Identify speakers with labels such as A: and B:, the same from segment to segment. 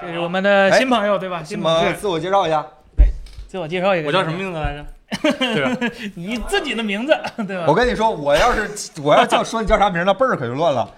A: 这是我们的
B: 哎
A: 新朋友对吧？
B: 怎
A: 新
B: 么
A: 朋友，
B: 自我介绍一下？
A: 自我介绍一个，
C: 我叫什么？名字来着？ 对啊吧？
A: 你自己的名字 对吧
B: 我？跟你说，我要是我要叫说你叫啥名儿，那辈儿可就乱了。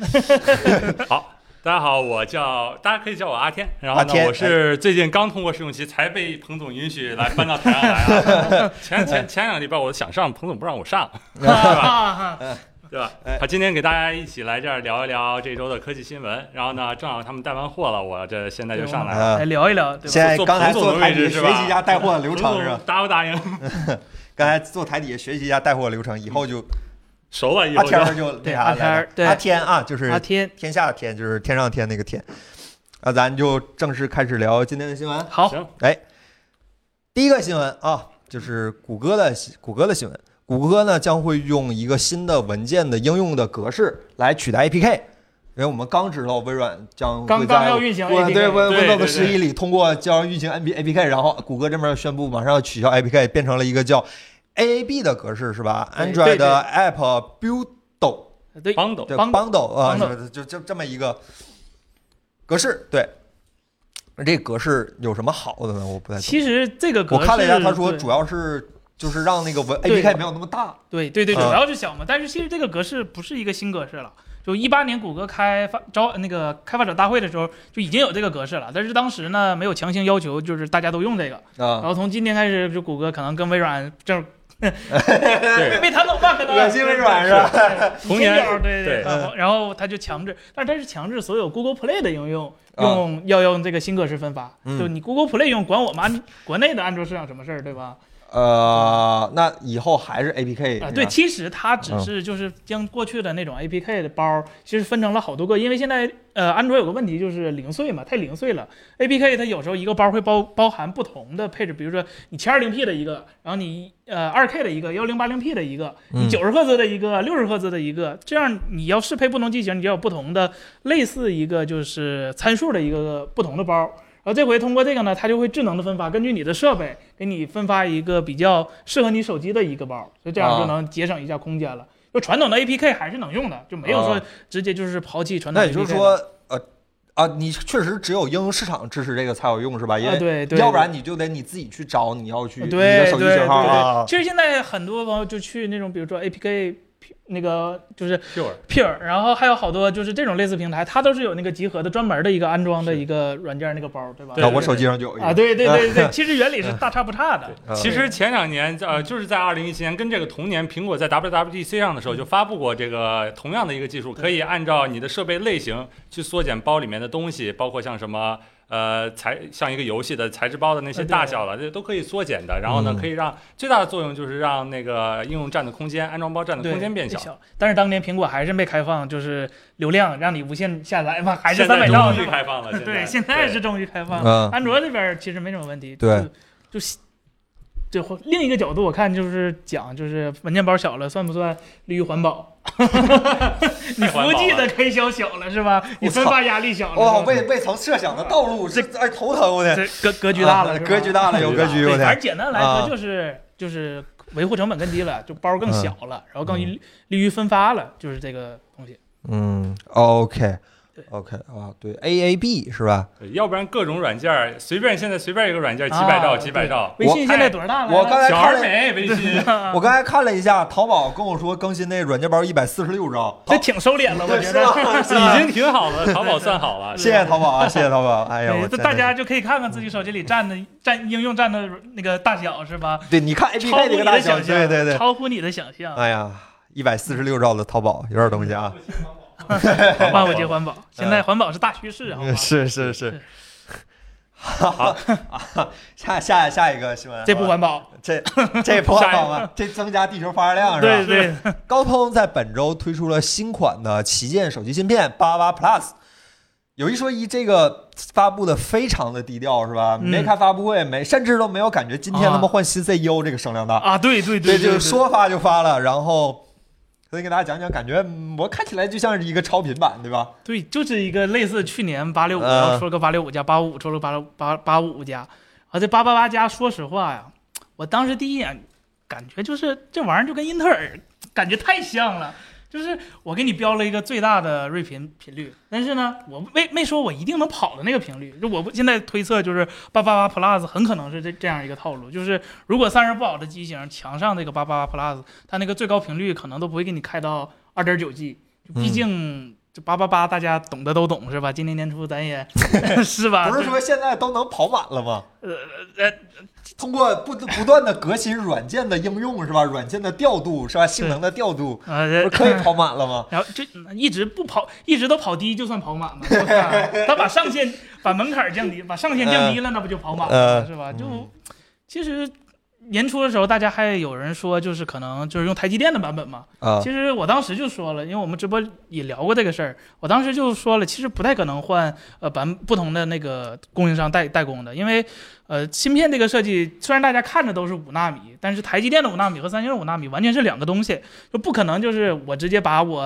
C: 好，大家好，我叫大家可以叫我阿天。然后
B: 阿
C: 呢，
B: 天哎
C: 我是最近刚通过试用期，才被彭总允许来搬到台上来 啊。前前前两个礼拜我想上，彭总不让我上，
A: 啊哈
C: 对吧
B: 哎？
C: 好，今天给大家一起来这儿聊一聊这周的科技新闻。然后呢，正好他们带完货了，我这现在哎就上来了。
A: 来聊一聊对
B: 现
A: 吧？
B: 在
C: 做
B: 刚才
C: 彭总
B: 做
C: 的
B: 台
C: 位置
B: 底
C: 是
B: 学
C: 吧
B: 习一下带货流程
C: 彭 总
B: 啊是吧？
C: 答不答应？
B: 刚才做台底下学习一下带货流程，以后就
C: 熟了以
B: 阿
C: 后就
B: 天儿就那
A: 对
B: 啥
A: 阿天
B: 来
A: 儿
B: 了
A: 对
B: 阿天啊，就是
A: 阿天，
B: 天下的天，就是天上天那个天。那咱就正式开始聊今天的新闻。
A: 好，
C: 行。
B: 第一个新闻啊，就是谷歌的谷歌的新闻。谷歌呢将会用一个新的文件的应用的格式来取代 APK，因为我们刚知道微软将会
A: 刚
B: 在
A: 刚要运行
B: 我
A: APK
B: 对 Win
C: 对对
B: Windows
C: 对
B: 十一里通过将运行 NB APK，然后谷歌这边宣布马上要取消 APK，变成了一个叫 AAB 的格式是吧
A: 对哎对
B: ？Android
A: 对
B: App Builder
A: 对，
C: 帮斗
B: 对
A: Bundle
B: Bundle 啊，
A: Bundle
B: 是就就这么一个格式。对，这格式有什么好的呢？我不太懂。
A: 其实这个格
B: 我
A: 式
B: 看了一下，他说
A: 对
B: 主要是就是让那个文
A: 对
B: APK 没有那么大。
A: 对对对，主
B: 啊
A: 要是小嘛。但是其实这个格式不是一个新格式了，就一八年谷歌开发招那个开发者大会的时候就已经有这个格式了，但是当时呢没有强行要求，就是大家都用这个。然
B: 啊，
A: 后从今天开始，就谷歌可能跟微软正
C: 对
A: 被谈拢吧，可能
B: 恶心微软是吧？
A: 吧？
C: 童年
A: 对对
C: 对
A: 然后然后他就强制，但是他是强制所有 Google Play 的应用
B: 啊
A: 用要用这个新格式分发，
B: 嗯
A: 就你 Google Play 用管我们安国内的安卓市场什么事儿，对吧？
B: 呃，那以后还是 APK
A: 啊，
B: 是
A: 对，
B: 吧
A: 其实它只
B: 嗯
A: 是就是将过去的那种 APK 的包儿，其实分成了好多个，因为现在呃，安卓有个问题就是零碎嘛，太零碎了。APK 它有时候一个包会包包含不同的配置，比如说你 720P 的一个，然后你呃 2K 的一个，1080P 的一个，你
B: 嗯
A: 90赫兹的一个，60赫兹的一个，这样你要适配不同机型，你就要有不同的类似一个就是参数的一个不同的包儿。然后这回通过这个呢，它就会智能的分发，根据你的设备给你分发一个比较适合你手机的一个包，所以这样
B: 啊
A: 就能节省一下空间了。就传统的 APK 还是能用的，就没有说
B: 啊
A: 直接就是抛弃传统
B: 那
A: APK
B: 也
A: 了。
B: 就是说，呃啊，你确实只有应用市场支持这个才有用是吧？因
A: 啊，
B: 为
A: 对对，
B: 要不然你就得你自己去找你要去
A: 对
B: 你
A: 对
B: 的手机
A: 对
B: 型号啊
A: 对。其实现在很多朋友就去那种，比如说 APK。那个就是
C: Pure
A: Peer，然后还有好多就是这种类似平台，它都是有那个集合的专门的一个安装的一个软件那个包，对吧？
C: 对
B: 啊
C: 对
B: 我手机上
C: 哎
B: 就有一
A: 啊，
B: 个。
A: 对对对 对，其实原理是大差不差的。
B: 啊
C: 其实前两年，呃，就是在二零一七年跟这个同年，苹果在 WWDC 上的时候就发布过这个同样的一个技术，可以按照你的设备类型去缩减包里面的东西，包括像什么。呃，材像一个游戏的材质包的那些
A: 呃对
C: 大小了，这都可以缩减的。然后呢
B: 嗯，
C: 可以让最大的作用就是让那个应用占的空间、安装包占的
A: 对
C: 嗯空间变小。
A: 但是当年苹果还是没开放，就是流量让你无限下载嘛，还是
C: 现
A: 三
C: 在
A: 百兆
C: 终于
A: 是吧？
C: 开放 了，
A: 对，现
C: 现
A: 在是终于开放了。
B: 嗯，
A: 安卓这边其实没什么问题。
B: 对
A: 就，就是这或另一个角度，我看就是讲，就是文件包小了，算不算利于环保？ 你服务器的开销小了是吧？你分发压力小了。
B: 哇，
A: 是吧
B: 哦未未曾设想的道路，这哎头疼我得。
A: 这格格局大了
B: 啊
A: 是吧，
B: 格局大了，有格局，
A: 对，
B: 我
A: 反
B: 得。
A: 正简单来
B: 啊嗯
A: 说就是、就是维护成本更低了，就包更小了，然后更利利于分发了，就是这个东西。
B: 嗯，OK
A: 对
B: OK 啊，对 AAB 是吧？
C: 在，要不然各种软件儿随便现在随便一个软件儿几百兆、
A: 啊
C: 几百兆，
A: 微信现在多大了？
B: 我刚才
C: 小
B: 看
C: 而
B: 了
C: 美微信。
A: 嗯
B: 我刚才看了一下，淘宝跟我说更新那软件包一百四十六兆，
A: 这挺收敛了，我觉
B: 是
A: 得。
B: 吧？ 是吧
C: 已经挺好了，淘宝算好了。
B: 谢谢淘宝啊，谢谢淘宝。哎呀，
A: 对
B: 我
A: 这
B: 真的
A: 大家就可以看看自己手机里占的占应用占的那个大小是吧？
B: 对，你看
A: 超
B: APK
A: 乎
B: 这
A: 你
B: 个大
A: 的
B: 小，
A: 想象，
B: 对对对。
A: 超乎你的想象。
B: 哎呀，一百四十六兆的淘宝有点东西啊。哎
A: 万物皆环保，现在环保是大趋势，好吧
B: 嗯，？ 是是是。 好，下下下一个新闻，
A: 这不环保，
B: 这这不环
C: 下一
B: 保
C: 个
B: 吗？这增加地球发热量嗯是吧？
A: 对对，
B: 高通在本周推出了新款的旗舰手机芯片八八 Plus。有一说一，这个发布的非常的低调，是吧？
A: 嗯
B: 没开发布会，没甚至都没有感觉今天
A: 啊
B: 他们换新 CEO 这个声量大，
A: 啊，对对
B: 对，
A: 对，
B: 就是说发就发了。然后，所以给大家讲讲，感觉嗯我看起来就像是一个超频版，对吧？
A: 对，就是一个类似去年八六五，
B: 嗯
A: 然后出了个八六五加八五，出了个八八八五加，啊，这八八八加，说实话呀，我当时第一眼感觉就是这玩意儿就跟英特尔感觉太像了，就是我给你标了一个最大的睿频频率，但是呢，我没没说我一定能跑的那个频率。就我不现在推测就是八八八 Plus 很可能是这这样一个套路，就是如果散热不好的机型，强上这个八八八 Plus，它那个最高频率可能都不会给你开到二点九 G，就毕竟这八八八大家懂的都懂是吧？今年年初咱也 是吧？
B: 不是说现在都能跑满了吗？
A: 啊呃呃
B: 通过不不断的革新软件的应用是吧？软件的调度是吧？性能的调度
A: 呃呃
B: 不是可以跑满了吗？
A: 然后这一直不跑，一直都跑低，就算跑满了。是吧他把上限、把门槛降低，把上限降低了，那不就跑满了吗，
B: 呃
A: 是吧？
B: 嗯
A: 就其实年初的时候，大家还有人说，就是可能就是用台积电的版本嘛。
B: 啊，
A: 其实我当时就说了，因为我们直播也聊过这个事儿，我当时就说了，其实不太可能换呃版不同的那个供应商代代工的，因为呃芯片这个设计虽然大家看着都是五纳米，但是台积电的五纳米和三星的五纳米完全是两个东西，就不可能就是我直接把我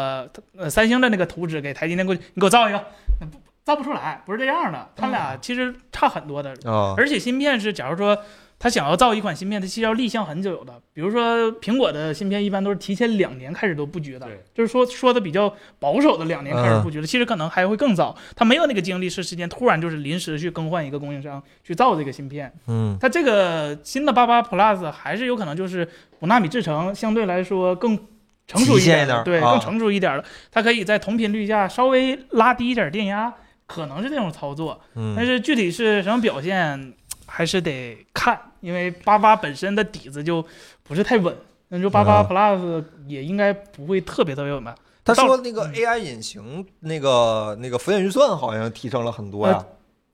A: 呃三星的那个图纸给台积电过去，你给我造一个，呃不造不出来，不是这样的，它俩其实差很多的，
B: 啊，
A: 而且芯片是，假如说他想要造一款芯片，它其实要立项很久的。比如说苹果的芯片一般都是提前两年开始都布局的
C: 对，
A: 就是说说的比较保守的两年开始布局
B: 嗯
A: 的，其实可能还会更早。他没有那个精力是时间突然就是临时去更换一个供应商去造这个芯片。
B: 嗯
A: 它这个新的八八 Plus 还是有可能就是五纳米制程相对来说更成熟
B: 极限
A: 点
B: 一点
A: 的，
B: 儿
A: 对，
B: 啊
A: 更成熟一点了。它可以在同频率下稍微拉低一点电压，可能是这种操作。但
B: 嗯，
A: 是具体是什么表现，还是得看，因为八八本身的底子就不是太稳。那就八八
B: 嗯
A: Plus 也应该不会特别特别稳吧？
B: 他
A: 到
B: 说那个 AI 引擎那个那个浮点运算好像提升了很多呀，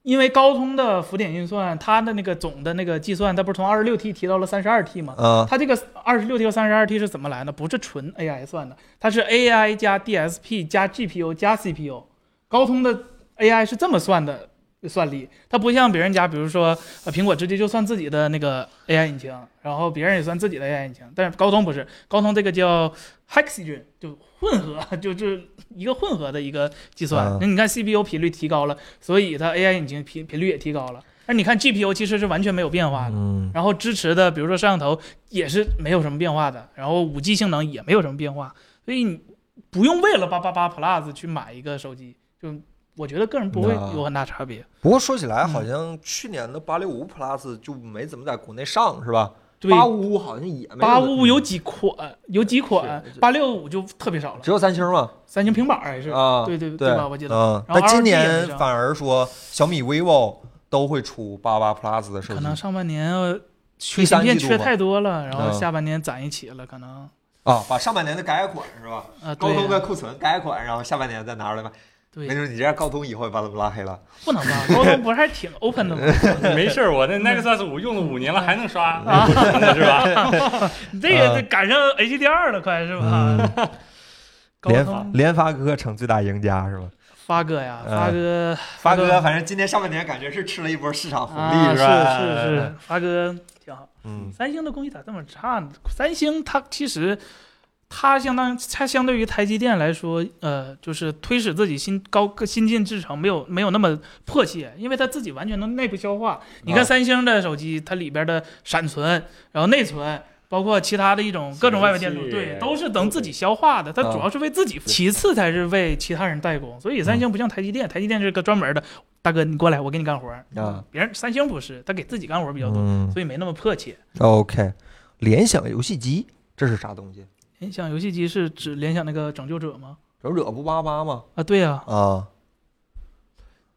A: 因为高通的浮点运算，它的那个总的那个计算，它不是从二十六 T 提到了三十二 T 吗？
B: 啊
A: 它这个二十六 T 和三十二 T 是怎么来的？不是纯 AI 算的，它是 AI 加 DSP 加 GPU 加 CPU。高通的 AI 是这么算的算力，它不像别人家，比如说呃苹果直接就算自己的那个 AI 引擎，然后别人也算自己的 AI 引擎，但是高通不是，高通这个叫 Hexagon，就混合， 就就是一个混合的一个计算
B: 嗯。
A: 那、你看 CPU 频率提高了，所以它 AI 引擎频频率也提高了。而你看 GPU 其实是完全没有变化的，
B: 嗯
A: 然后支持的，比如说摄像头也是没有什么变化的，然后五 G 性能也没有什么变化，所以你不用为了八八八 Plus 去买一个手机，就我觉得个人不会
B: 那
A: 有很大差别。
B: 不过说起来，
A: 嗯
B: 好像去年的八六五 Plus 就没怎么在国内上，是吧？
A: 对，
B: 八五五好像也没
A: 八
B: 怎么
A: 五有几款，有几款
B: 是，
A: 八六五就特别少了
B: 只，有三星嘛
A: 三星平板儿也是，
B: 啊，
A: 对对
B: 对
A: 吧？我记得
B: 嗯，
A: 然后
B: 但
A: ROG
B: 今
A: 也
B: 年
A: 没上
B: 反而说小米、vivo 都会出八八 Plus 的手
A: 可
B: 机
A: 能上半年呃
B: 第
A: 缺芯
B: 三
A: 片
B: 季度
A: 缺
B: 吧
A: 太多了，然后
B: 嗯
A: 下半年攒一起了，可能
B: 啊，把上半年的改改款是吧？
A: 呃
B: 高
A: 对
B: 通的库存改改款，然后下半年再拿出来卖。
A: 对
B: 没，准你这样高通以后也把他们拉黑了。
A: 不能吧？ 高通不是还 挺 open 的吗？
C: 没事儿，我那 Nexus 五用了五年了，还能刷，
A: 啊
C: 不行的 是吧？
A: 你这个
B: 啊嗯
A: 得赶上 HDR 了，快是吧？高通
B: 联发科成最大赢家是吧？
A: 发哥呀，
B: 嗯
A: 发哥，
B: 发
A: 哥
B: 哥，反正今年上半年感觉是吃了一波市场红
A: 啊，
B: 利，
A: 是
B: 吧？
A: 是是，，发哥挺好。
B: 嗯
A: 三星的工艺咋这么差呢？三星它其实它相当它相对于台积电来说，呃，就是推使自己新高新进制程没有没有那么迫切，因为它自己完全能内部消化。
B: 嗯
A: 你看三星的手机，它里边的闪存，然后内存。包括其他的一种各种外围电路，
C: 显示器
A: 对，都是等自己消化的。它
B: 啊
A: 主要是为自己，其次才是为其他人代工。所
B: 嗯
A: 以三星不像台积电，台积电是个专门的大哥，你过来，我给你干活儿
B: 啊。
A: 别人三星不是，他给自己干活儿比较多，
B: 嗯
A: 所以没那么迫切。
B: ，OK。联想游戏机这是啥东西？
A: 联想游戏机是指联想那个拯救者吗？
B: 忍者不八八吗？
A: 啊，对呀、
B: 啊，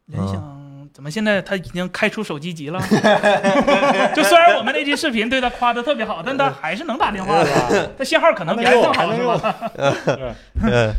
A: 联想怎么现在他已经开出手机级了？ 就虽然我们那期视频对他夸的特别好，但他还是能打电话的，他信号可能比 iPhone
C: 还
A: 好
C: 能
A: 是
C: 用
A: 吧？
B: 嗯，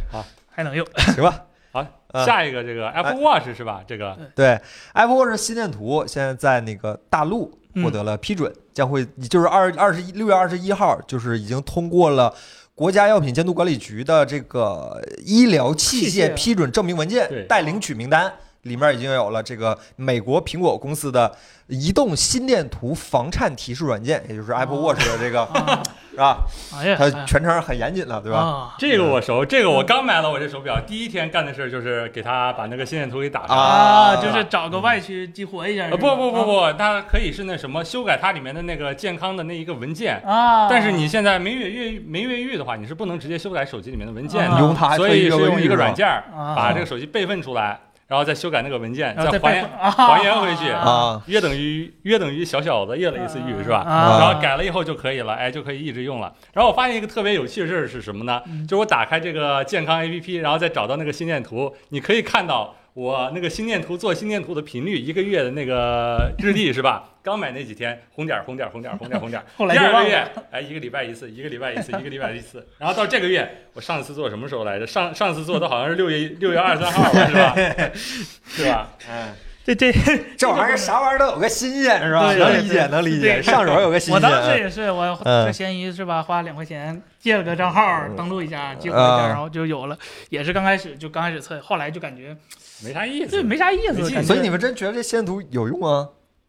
A: 还能 用，
B: 行吧。啊
C: 下一个这个
A: 哎
C: Apple Watch 是吧？这个
B: 对，Apple Watch 心电图现在在那个大陆
C: 嗯
B: 获得了批准，将会就是二二十一六月二十一号，就是已经通过了国家药品监督管理局的这个医疗器
A: 器械
B: 械批准证明文
C: 对
B: 件待领取名单。里面已经有了这个美国苹果公司的移动心电图房颤提示软件，也就是 Apple
A: 哦
B: Watch 的这个
A: 啊
B: 是吧？
A: 哎呀，
B: 它
A: 哎呀
B: 全程很严谨了，对
C: 哦
B: 吧？
A: 啊，
C: 这个我熟，这个我
A: 嗯
C: 刚买了我这手表，第一天干的事儿就是给它把那个心电图给打上。
A: 啊，
B: 啊
A: 就是找个外区激活一下。
C: 呃，
A: 是吧
C: 不不不不，它可以是那什么修改它里面的那个健康的那一个文件，
A: 啊！
C: 但是你现在没越越没越狱的话，你是不能直接修改手机里面的文件
A: 啊
B: 你
C: 的，
B: 用它还
C: 哦所
B: 特意
C: 以是用一个软
B: 件
C: 件儿
A: 啊
C: 把这个手机备份出来，然后再修改那个文件，
A: 然后再
C: 还
A: 拜
C: 原
A: 访啊
C: 还原回去
B: 啊，
C: 约等于约等于小小的夜了一次狱是吧？
A: 啊
C: 然后改了以后就可以了，哎，就可以一直用了。然后我发现一个特别有趣的事儿是什么呢？
A: 嗯
C: 就是我打开这个健康 APP，然后再找到那个心电图，你可以看到我那个心电图做心电图的频率，一个月的那个日历 是吧？刚买那几天红点儿红点儿红点儿红点儿红点儿，
A: 后来
C: 第
A: 就
C: 二
A: 忘
C: 个
A: 了
C: 月哎一个礼拜一次，一个礼拜一次，一个礼拜一次，然后到这个月我上次做什么时候来着？上上次做的好像是六月六月二三号吧，是吧？ 是吧？
B: 嗯，
A: 这这
B: 这玩意儿啥玩意儿都有个新鲜是吧？
A: 对对
B: 能理解，
A: 对
B: 能理
A: 对
B: 解。上手有个新
A: 我
B: 鲜。
A: 当时也是，我
B: 嗯
A: 这嫌疑是吧？花两块钱借了个账号，登录一下，激活一下，
B: 啊
A: 然后就有了。也是刚开始就刚开始测，后来就感觉
C: 没啥意
A: 这
C: 思。
A: 没啥意
C: 没
A: 思，
C: 劲
A: 感觉
B: 所以你们真觉得这心电图有用啊？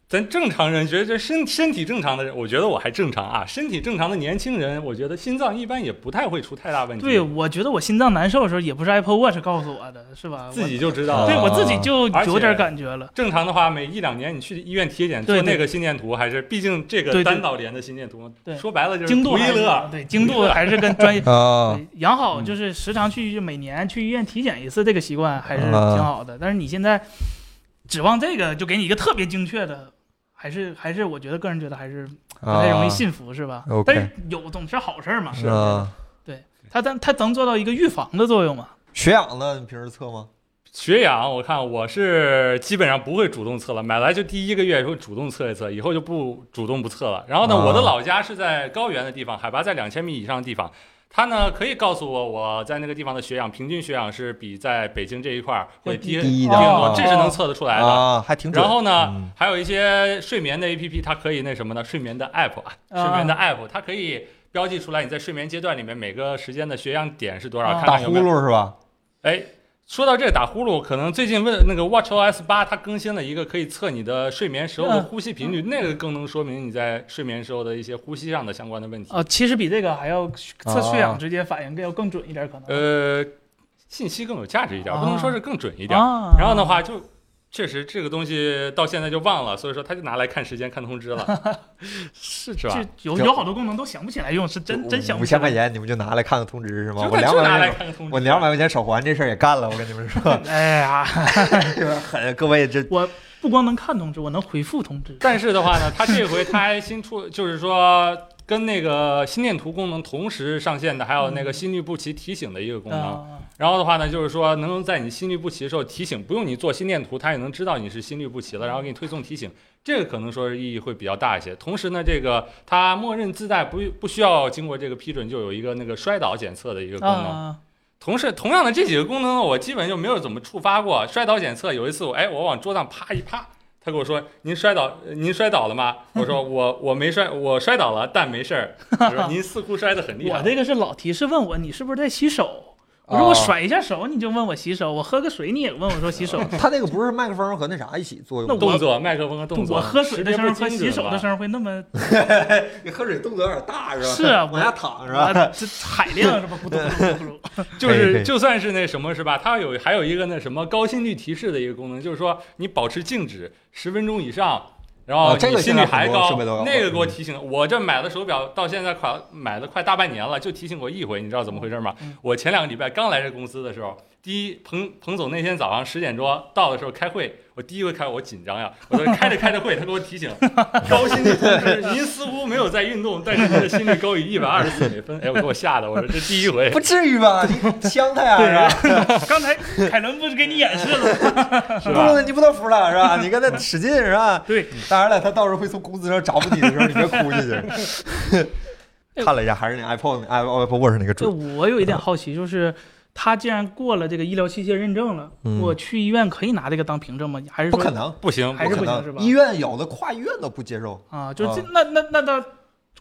C: 咱正常人觉得这身身体正常的人，我觉得我还正常啊。身体正常的年轻人，我觉得心脏一般也不太会出太大问题。
A: 对，我觉得我心脏难受的时候，也不是 Apple Watch 告诉我的，是吧？
C: 自己
A: 我
C: 就知道了。
A: 对
B: 啊
A: 我自己就
C: 而且
A: 有点感觉了。
C: 正常的话，每一两年你去医院体检
A: 对
C: 做
A: 对
C: 那个心电图，还是毕竟这
A: 对对
C: 个单导联的心电图
A: 对，
C: 说白了就是
A: 精度
C: 图一
A: 还是
C: 乐。
A: 对精度还是跟专业
B: 啊，
A: 对养好就是时常去每年去医院体检一次，这个习惯还是
B: 嗯
A: 挺好的。但是你现在指望这个就给你一个特别精确的，还是还是我觉得个人觉得还是不太
C: 啊
A: 容易信服，是吧
B: OK
A: 但是有总是好事儿嘛，
B: 是啊。
A: 它它它能做到一个预防的作用嘛？
B: 血氧呢？你平时测吗？
C: 血氧，我看我是基本上不会主动测了，买来就第一个月会主动测一测，以后就不主动不测了。然后呢，
B: 啊
C: 我的老家是在高原的地方，海拔在两千米以上的地方，它呢可以告诉我我在那个地方的血氧平均血氧是比在北京这一块儿会低
B: 低一
C: 低
B: 点
C: 很
B: 哦
C: 多，这是能测得出来的。
B: 啊，还挺准。
C: 然后呢，
B: 嗯
C: 还有一些睡眠的 APP，它可以那什么呢？睡眠的 app，啊，
A: 啊
C: 睡眠的 app，它可以标记出来你在睡眠阶段里面每个时间的血氧点是多少，
A: 啊
C: 看
B: 打
C: 看有
B: 呼
C: 没有。
B: 噜是吧？
C: 哎，说到这打呼噜，可能最近问那个 WatchOS 八，它更新了一个可以测你的睡眠时候的
A: 嗯
C: 呼吸频率，那个更能说明你在睡眠时候的一些呼吸上的相关的问题。
A: 啊，其实比这个还要测血
B: 啊
A: 氧直接反应要更准一点，可能。
C: 呃，信息更有价值一点，
A: 啊
C: 不能说是更准一点。
A: 啊，
C: 然后的话就。确实，这个东西到现在就忘了，所以说他就拿来看时间、看通知了，是是吧？
A: 就有有好多功能都想不起来用，是真真想
B: 五
A: 不起来。
B: 千块钱你们就拿来看看通知是吗？
C: 就
B: 我
C: 他
B: 两
C: 就
B: 百
C: 拿
B: 块
C: 来
B: 钱，
C: 看个通知，
B: 我两百块钱手环这事儿也干了，我跟你们说，
A: 哎呀，
C: 啊
B: 很各位这
A: 我不光能看通知，我能回复通知。
C: 但是的话呢，它这回它还新出，就是说跟那个心电图功能同时上线的，还有那个心律不齐提醒的一个功能。
A: 啊
C: 然后的话呢，就是说能在你心律不齐的时候提醒，不用你做心电图，它也能知道你是心律不齐了，然后给你推送提醒。这个可能说是意义会比较大一些。同时呢，这个它默认自带不不需要经过这个批准，就有一个那个摔倒检测的一个功能。
A: 啊，
C: 同时，同样的这几个功能，我基本就没有怎么触发过。摔倒检测有一次我，哎，我往桌上啪一趴，他跟我说：“您摔倒，呃您摔倒了吗？”我说：“我我没摔，我摔倒了，但没事儿。”他说：“您似乎摔得很厉害。
A: 我这个是老提示问我你是不是在洗手，
C: 啊
A: 我说我甩一下手你就问我洗手，我喝个水你也问我说洗手，
B: 他那个不是麦克风和那啥一起作用
A: 那
B: 吗？
C: 动作，麦克风和动作，
A: 我喝水的
C: 识
A: 声
C: 别
A: 儿
C: 不
A: 和
C: 精
A: 洗
C: 准
A: 手的
C: 吧
A: 声儿会那么
B: 你喝水动作有点大是吧？
A: 是啊
B: 往下躺是吧？
A: 啊这海量是吧？咕嘟咕嘟咕嘟咕嘟，
C: 就
B: 可以可以
C: 是就算是那什么是吧？它有还有一个那什么高心率提示的一个功能，就是说你保持静止十分钟以上，然后
B: 啊这个
C: 你心率还
B: 现在很多
C: 高
B: 设备都有，嗯
C: 那个给我提醒。我这买的手表到现在快买了快大半年了，就提醒我一回，你知道怎么回事吗
A: 嗯？
C: 我前两个礼拜刚来这公司的时候，第一彭彭总那天早上十点钟到的时候开会，我第一回开我紧张呀，我说开着开着会，他给我提 醒高心率通知，您似乎没有在运动，但是您的心率高于一百二十四每分，哎，我给我吓得，我说这第一回
B: 不。至于吧？ 你呛他呀是吧？
A: 刚才凯伦不是给你演示 了吗？
B: 不能你不能服他是吧？你跟他使劲是吧？
A: 对，
B: 当然了，他到时候会从工资上找补你的时候，你别哭下去。 看了一下，还是那 iPhone、Apple Apple Watch 那个
A: 就
B: 准。
A: 我有一点好奇，就是他既然过了这个医疗器械认证了，
B: 嗯
A: 我去医院可以拿这个当凭证吗？还是
B: 不
A: 说
B: 可能，
C: 不行，
A: 还是
B: 可
A: 不行是吧
B: 能，医院有的跨医院都不接受。
A: 啊？就
B: 啊
A: 这那那那那。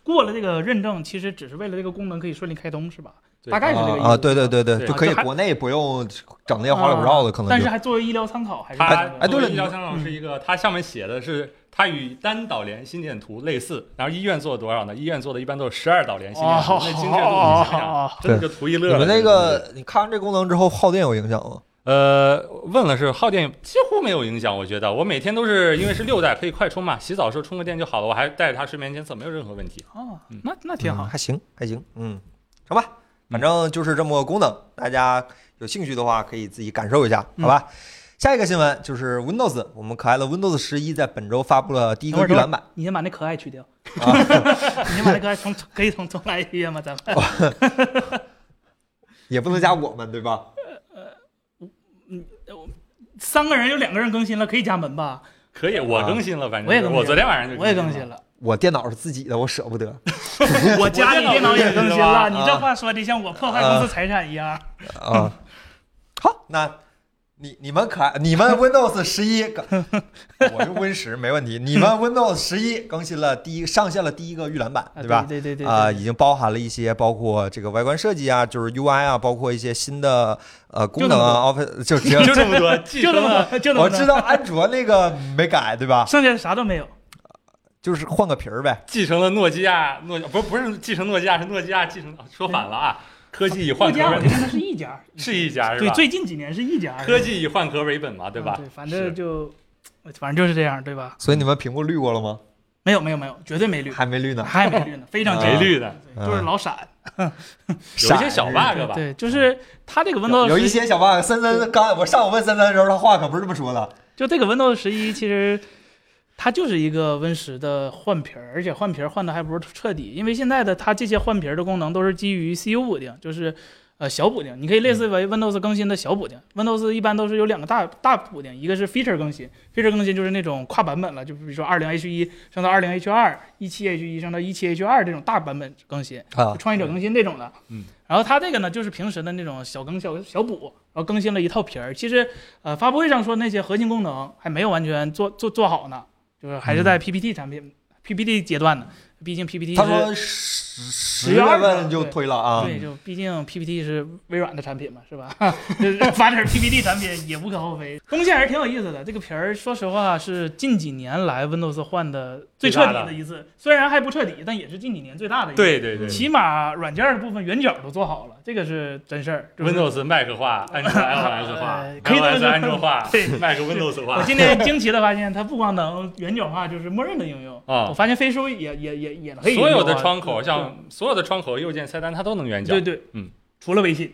A: 过了这个认证，其实只是为了这个功能可以顺利开通，是吧？
C: 对
A: 大概是这个意思
B: 啊，对对对对，
C: 对
B: 就可以
A: 啊就还啊
B: 国内不用整那些花里胡哨的，可能
A: 但
B: 就是
A: 还作为医疗参考，还是
C: 啊他
A: 这
C: 嗯
A: 个
B: 哎对了
C: 医
B: 你
C: 疗香港是一个，它上面写的是它与单导联心电图类似，然后医院做多少呢？医院做的一般都是十二导联心
A: 哦，
C: 电
A: 好
C: 图，那精确度你想想，
A: 好，
C: 真的就图一乐
B: 你
C: 了。
B: 们那
C: 对
B: 个，你看完这功能之后，耗电有影响吗？
C: 呃，问了是耗电几乎没有影响，我觉得我每天都是因为是六代可以快充嘛，洗澡的时候充个电就好了，我还带着它睡眠监测，没有任何问题。
A: 哦，那那挺
B: 嗯
A: 好。
B: 还行，还行，嗯，成吧，反正就是这么个功能，大家有兴趣的话可以自己感受一下，好吧？
A: 嗯
B: 下一个新闻就是 Windows，我们可爱的 Windows 十一在本周发布了第一
A: 等会
B: 个
A: 儿
B: 预览版。
A: 你先把那可爱去掉，
B: 啊
A: 你先把那可爱重可以重重来一遍吗？咱们
B: 也不能加我们，对吧？
A: 三个人有两个人更新了，可以加门吧？
C: 可以，我更新了，反正
A: 我也更
C: 是
A: 新了
C: 我昨天晚上就
A: 我也更
C: 新
A: 新
C: 了。
A: 了，
B: 我电脑是自己的，我舍不得。
A: 我家里电脑也更新
C: 我
A: 了。
C: 也
A: 你这话说的像我破坏公司财产一样。
B: 啊，好，那你你们可爱你们 Windows 十一，我是 Win 十没问题。你们 Windows 十一更新了第一上线了第一个预览版，
A: 啊
B: 吧？
A: 对对对对
B: 啊、已经包含了一些包括这个外观设计啊，就是 UI 啊，包括一些新的呃功能啊，Office 就只有
C: 就这么多，继
A: 就
C: 承
A: 这么
C: 了。
A: 多，就这么
B: 我知
A: 多，
B: 道安卓那个没改对吧？
A: 剩下啥都没有。
B: 就是换个皮儿呗。
C: 继承了诺基亚，诺不是不是继承诺基亚，是诺基亚继承，说反了啊！科技以
A: 诺
C: 换
A: 基
C: 壳
A: 亚我
C: 为
A: 觉得它是一家，
C: 是一家是
A: 嗯对，
C: 吧？
A: 最近几年是一家。
C: 科技以换壳为本嘛，对
A: 啊
C: 吧？
A: 对，反
C: 是
A: 正就反正就是这样，对吧？
B: 所以你们屏幕绿过了吗？
A: 没有没有没有，绝对没绿，
B: 还没绿呢，
A: 还没绿呢，非常
B: 啊
C: 没
A: 强
C: 绿的，
A: 对就是老闪。
C: 有一些小
B: 闪
C: bug 吧。
A: 对，就是它这个 Windows
B: 有一些小 bug。森森刚我上午问森森的时候，他话可不是这么说的。
A: 就这个 Windows 十一，其实它就是一个 Win 十的换皮儿，而且换皮儿换的还不是彻底，因为现在的它这些换皮儿的功能都是基于 CU 补丁，就是呃小补丁，你可以类似为 Windows 更新的小补丁。Windows 一般都是有两个大大补丁，一个是 feature 更新，feature 更新就是那种跨版本了，就比如说二零 H 一升到二零 H 二，一七 H 一升到一七 H 二这种大版本更新。
B: 啊
A: 就，创业者更新这种的。
C: 嗯，
A: 然后它这个呢，就是平时的那种小更小小补，然后更新了一套皮儿。其实，呃，发布会上说那些核心功能还没有完全做做做好呢，就是还是在 PPT 产品、PPT 阶段呢。毕竟 PPT 是
B: 嗯他说十十
A: 月
B: 月
A: 份
B: 份就
A: 对
B: 推了啊。
A: 对，就毕竟 PPT 是微软的产品嘛，是吧？ 就是发展 PPT 产品也无可厚非。东西还是挺有意思的。这个皮儿，说实话是近几年来 Windows 换的最彻底的一次，虽然还不彻底，但也是近几年最大的一次。
C: 对对对
A: 起码软件的部分圆角都做好了，这个是真事儿。就是
C: Windows 麦克化，安卓 iOS 化
A: 呃可以这么
C: ，iOS
A: 说
C: 安卓化
A: 对，
C: Mac Windows
A: 我
C: 化。
A: 今天惊奇的发现，它不光能圆角化，就是默认的应用。
C: 啊
A: 我发现飞书也也也也可以
C: 所有
A: 圆角
C: 的
A: 化
C: 窗口，像所有的窗口右键菜单，它都能圆角。
A: 对对，
C: 嗯，
A: 除了微信，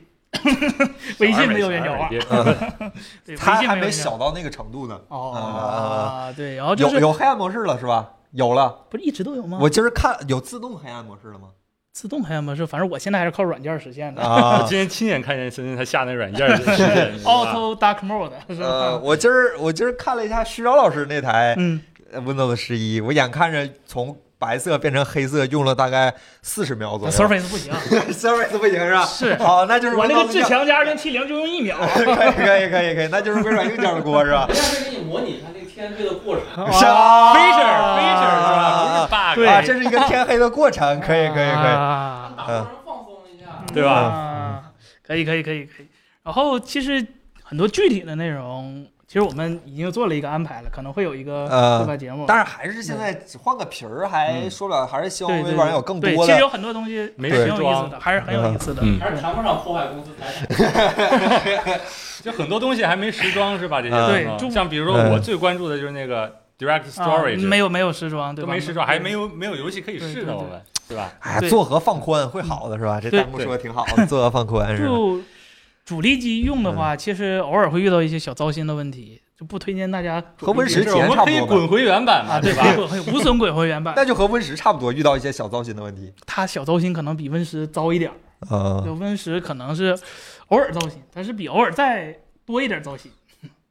A: 微信没有圆角化，啊
C: 化。
A: 对，微
B: 他
A: 信
B: 还
A: 没有圆角
B: 没
A: 化
B: 小到那个程度呢。
A: 哦，对，然后就
B: 啊有
A: 是嗯
B: 有黑暗模式了是吧？有了，
A: 不是一直都有吗？
B: 我今儿看有自动黑暗模式了吗？
A: 自动黑暗模式，反正我现在还是靠软件实现的。
C: 我
B: 啊，
C: 今天亲眼看见森森他下那软件儿的实验，你知道吧
A: Auto Dark Mode 是
B: 呃，
A: 吧？
B: 我今儿我今儿看了一下徐钊老师那台
A: 嗯，
B: 呃 Windows 十一，我眼看着从白色变成黑色，用了大概四十秒左右。
A: Surface 不 行，
B: Surface 不行是吧？
A: 是
B: 好，那就是
A: 我那
B: Windows
A: 个至
B: 硬
A: 强加二零七零就用一秒。
B: 可以可以可以可以，那就是微软硬件的锅 是吧？
D: 人家是给你模拟一下那个天黑的过程。
B: 是啊
A: 哦
C: Feature，Feature 是吧？不是 bug，
A: 对
B: 啊，这是一个天黑的过程，可以可以可以。
A: 以
D: 打过程啊放松一
A: 嗯
D: 下，
C: 对吧
B: 嗯
A: 啊可以可以可以可以。然后其实很多具体的内容，其实我们已经做了一个安排了，可能会有一个
B: 呃
A: 对吧节目。
B: 但是还是现在只换个皮儿，还说不了，还是希望
A: 嗯对
B: 微
A: 对
B: 软有更
A: 对，
B: 多
A: 其实
B: 的。
A: 有很多东西
C: 没
A: 挺
C: 人
A: 有意思
C: 装
A: 的，还是很有意思的。啊
C: 嗯
D: 还是谈不上破坏公司财产。
C: 就很多东西还没时装是吧？这些
B: 嗯
A: 对
C: 东西
A: 中
C: 像比如说我最关注的就是那个 Direct
A: 啊
C: Storage，
A: 没有没有时装，对
C: 都
A: 吧？
C: 没时装，还没
A: 有。
C: 有没有游戏可以
A: 对
C: 试
A: 对
C: 呢，
A: 对
C: 我们对吧？
B: 哎，
A: 对嗯
B: 做和放宽会好的是吧？这
A: 对
B: 弹幕说的挺好 的，做和放宽是吧？
A: 就主力机用的
C: 嗯
A: 话，其实偶尔会遇到一些小糟心的问题，就不推荐大家
B: 和 Win
C: 就
B: 十
C: 是
B: 体
C: 我
B: 验
C: 们
B: 差不
C: 可以
B: 多吧
C: 滚回原版嘛，
A: 啊，对
C: 吧？
A: 滚回无损滚回原版，
B: 那就和 Win 十差不多，遇到一些小糟心的问 题。
A: 它小糟心可能比 Win 十糟一点儿，
B: 嗯，
A: 就 Win 十可能是偶尔糟心，但是比偶尔再多一点糟心。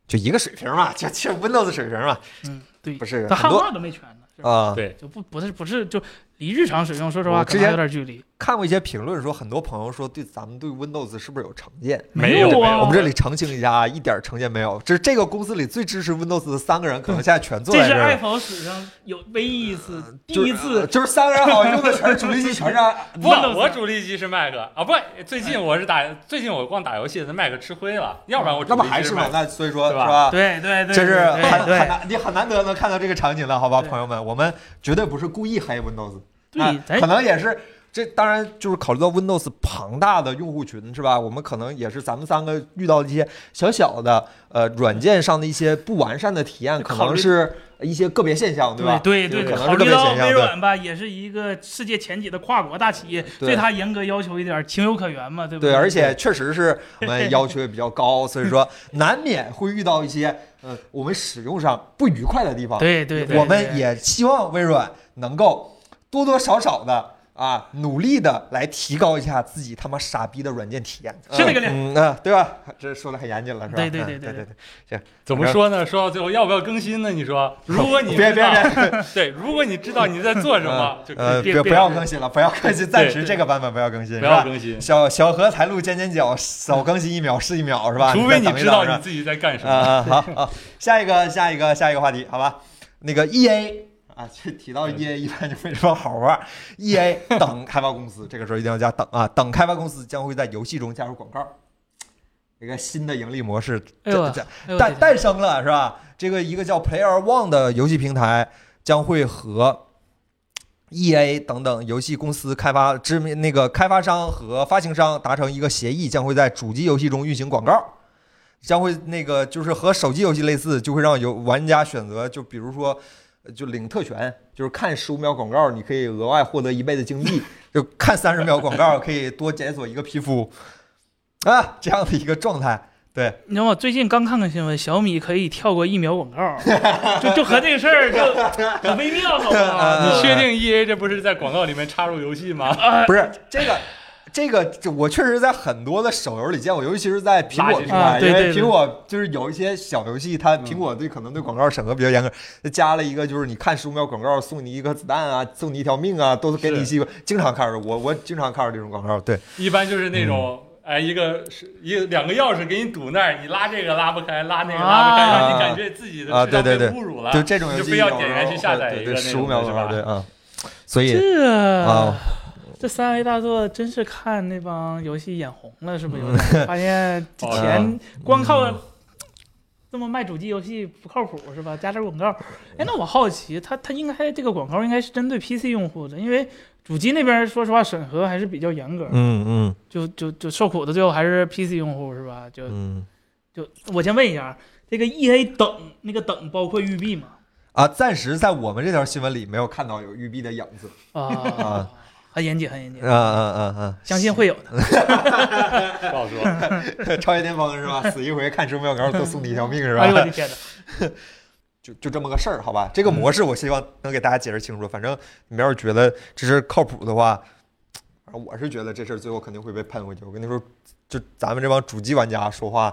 B: 就一个水平嘛， 就就 Windows 水平嘛，
A: 嗯，对
B: 不，是
A: 它
B: 很
A: 汉
B: 多
A: 化都没全呢，是吧？
B: 啊。
C: 对
A: 就不不是不是就离日常使用，说实话
B: 我
A: 可
B: 之
A: 能还
B: 前
A: 有点距离。
B: 看过一些评论说，很多朋友说对咱们对 Windows 是不是有成见？
C: 没
A: 有
C: 有没
A: 啊
C: 有
B: 我们这里澄清一下啊，一点儿成见没有。这是这个公司里最支持 Windows 的三个人，可能现在全坐
A: 这
B: 在
A: 是
B: 儿呃了。
A: Apple 史上有唯一一次，第
B: 就是
A: 一次
B: 就是三个人好像用的 全是主力机，全是按
C: 不，
A: Windows
C: 我主力机是 Mac 啊，不，最近我是打，最近我光打游戏的 Mac 吃灰了，要不然我主
B: 嗯那不
C: 力机
B: 还是嘛？
C: Mac。
B: 那所以说是
C: 对吧
B: 吧？
A: 对对对，
B: 这是
A: 对
B: 很
A: 对
B: 很难，你很难得能看到这个场景了，好吧，
A: 对
B: 朋友们，我们绝对不是故意黑 Windows，啊
A: 对，咱
B: 可能也是这，当然就是考虑到 Windows 庞大的用户群是吧？我们可能也是咱们三个遇到一些小小的呃软件上的一些不完善的体验，可
A: 考虑
B: 能是一些个别现象，
A: 对
B: 吧？
A: 对
B: 就
A: 对，
B: 可能
A: 考
B: 是个
A: 虑
B: 别
A: 到
B: 现象。
A: 微
B: 对。
A: 软吧，也是一个世界前几的跨国大企业，
B: 对
A: 对它严格要求一点，情有可原嘛，对不
B: 对，
A: 对，
B: 而且确实是我们要求也比较高，所以说难免会遇到一些呃我们使用上不愉快的地方。
A: 对对，对
B: 我们也希望微软能够多多少少的啊，努力的来提高一下自己他妈傻逼的软件体验。
A: 是那个理儿
B: 嗯嗯啊，对吧？这说的很严谨了，是吧？
A: 对对
B: 嗯
A: 对
B: 对
A: 对
B: 对
C: 怎么说呢？说到最后要不要更新呢？你说，如果
B: 嗯
C: 你
B: 别别
C: 知道
B: 别，
C: 对，如果你知道你在做 什么，就可
B: 呃，
C: 以
A: 别
B: 别不
A: 别
B: 要更新了，不要更新，暂时
A: 对
B: 这个版本不要更新，
C: 不
B: 嗯是吧
C: 要更新，
B: 小小荷才露尖尖角，少更新一秒是一秒，是吧？
C: 除非
B: 再
C: 你
B: 等一
C: 知
B: 等
C: 道
B: 是吧
C: 你自己在干什
B: 啊
C: 么。
B: 啊，好好，下一个下一个下一个话题，好吧？那个 E A 啊，这提到
C: 嗯
B: E A 一般就没什么好玩儿。E A 等开发公司，这个时候一定要加等啊，等开发公司将会在游戏中加入广告，一个新的盈利模式
A: 哎呦
B: 这
A: 我
B: 这
A: 哎呦
B: 诞
A: 我的天
B: 诞生了，是吧？这个一个叫 Player One 的游戏平台将会和 E A 等等游戏公司开发知名那个开发商和发行商达成一个协议，将会在主机游戏中运行广告。将会那个就是和手机游戏类似，就会让游玩家选择，就比如说，呃就领特权，就是看十五秒广告，你可以额外获得一倍的金币； 就看三十秒广告，可以多解锁一个皮肤，啊，这样的一个状态。对，
A: 你知道吗？最近刚看看新闻，小米可以跳过疫苗广告，就就和这个事儿就很微妙，好吧？
B: 呃
C: 你确定 E A 这不是在广告里面插入游戏吗？
B: 不是这个，这个这我确实在很多的手游里见过，尤其是在苹果平
C: 垃圾啊
A: 平台
B: 台，因
A: 对
B: 为
A: 对对
B: 苹果就是有一些小游戏，它苹果对可能对广告审核比较严
C: 嗯
B: 格，加了一个就是你看十五秒广告送你一颗子弹啊，送你一条命啊，都是给你一些经常看着我我经常看着这种广告，对
C: 一般就是那种，
B: 嗯
C: 哎，一个是一个两个钥匙给你堵那儿，你拉这个拉不开，拉那个拉不开，
A: 啊
C: 让你感觉自己的
B: 啊
C: 质量
B: 对
C: 被
B: 对
C: 侮辱了，
B: 就这种游
C: 你就
B: 戏
C: 非
B: 有时
C: 要
B: 候
C: 点开去下载
B: 对
C: 一
B: 对
C: 个
B: 十五秒
C: 那种
B: 广告，
C: 的是
B: 对啊，
C: 吧？
B: 所以
A: 这
B: 啊。
A: 这三 A 大作真是看那帮游戏眼红了，是不是有点？ 发现之前光靠这么卖主机游戏不靠谱，是吧？加点广告。哎，那我好奇，它它应该这个广告应该是针对 PC 用户的，因为主机那边说实话审核还是比较严格，
B: 嗯嗯
A: 就就就受苦的最后还是 PC 用户，是吧？就
B: 嗯
A: 就我先问一下，啊这个 EA 等那个等包括育碧吗？
B: 啊，暂时在我们这条新闻里没有看到有育碧的影子。
A: 啊，很严谨，很严谨
B: 嗯，嗯嗯嗯，
A: 相信会有的。
C: 不好说。
B: 超越巅峰是吧？死一回看十五秒广告多送你一条命是吧？
A: 哎呦我的天哪！
B: 就就这么个事儿，好吧？这个模式我希望能给大家解释清楚。反正你们要是觉得这事儿靠谱的话，反正我是觉得这事儿最后肯定会被喷回去。我跟你说，就咱们这帮主机玩家说话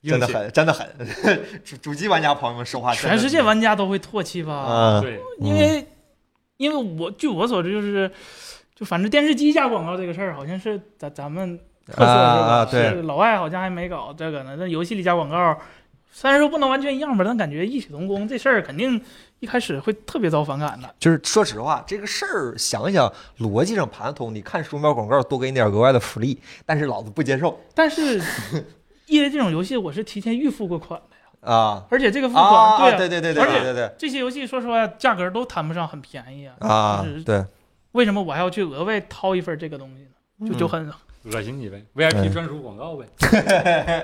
B: 真的
C: 硬气
B: 很真的很， 主主机玩家朋友们说话真的
A: 全世界玩家都会唾弃吧？
B: 啊，
C: 对，
A: 因为，因为我据我所知就是，就反正电视机加广告这个事儿，好像是咱咱们特色是吧？
B: 啊啊对
A: 是老外好像还没搞这个呢。那游戏里加广告，虽然说不能完全一样吧，但感觉异曲同工，这事儿肯定一开始会特别遭反感的。
B: 就是说实话，这个事儿想想逻辑上盘得通。你看十五秒广告多给你点额外的福利，但是老子不接受
A: 但 是因为这种游戏我是提前预付过款的，
B: 啊
A: 而且这个付
B: 啊
A: 款、
B: 啊！
A: 啊
B: 对对对对
A: 而且
B: 对对对
A: 这些游戏说实话价格都谈不上很便宜啊，
B: 啊
A: 就是！
B: 对，
A: 为什么我还要去额外掏一份这个东西呢？就就很
C: 恶心你呗
B: 对
C: ，VIP 专属广告呗。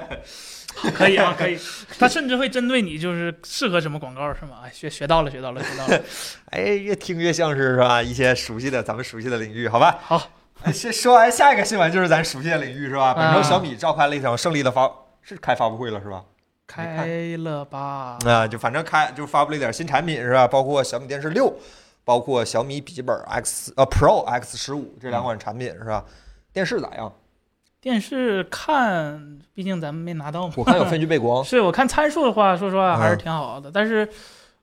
A: 可以啊，可以。他甚至会针对你，就是适合什么广告是吗？哎，学学到了，学到了， 学到了。
B: 哎，越听越像是是吧？一些熟悉的咱们熟悉的领域，好吧？
A: 好
B: 哎，先说完下一个新闻就是咱熟悉的领域是吧？本周
A: 啊
B: 小米召开了一场胜利的发，是开发布会了是吧？
A: 开了吧？
B: 啊，就反正开就发布了一点新产品是吧？包括小米电视六，包括小米笔记本 X 呃 Pro X 十五这两款产品是吧？电视咋样？
A: 电视看，毕竟咱们没拿到嘛。
B: 我看有分区背光
A: 是我看参数的话，说实话还是
B: 嗯
A: 挺好的，但是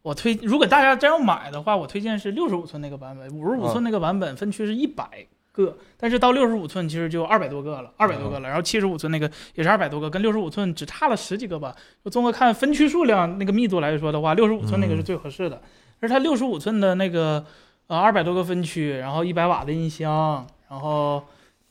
A: 我推，如果大家真要买的话，我推荐是六十五寸那个版本，五十
B: 嗯
A: 五寸那个版本分区是一百个，但是到六十五寸其实就二百多个了，二百多个
B: 嗯
A: 了，然后七十五寸那个也是二百多个，跟六十五寸只差了十几个吧。就综合看分区数量那个密度来说的话，六十五寸那个
B: 嗯
A: 是最合适的，而它六十五寸的那个呃二百多个分区，然后一百瓦的音箱，然后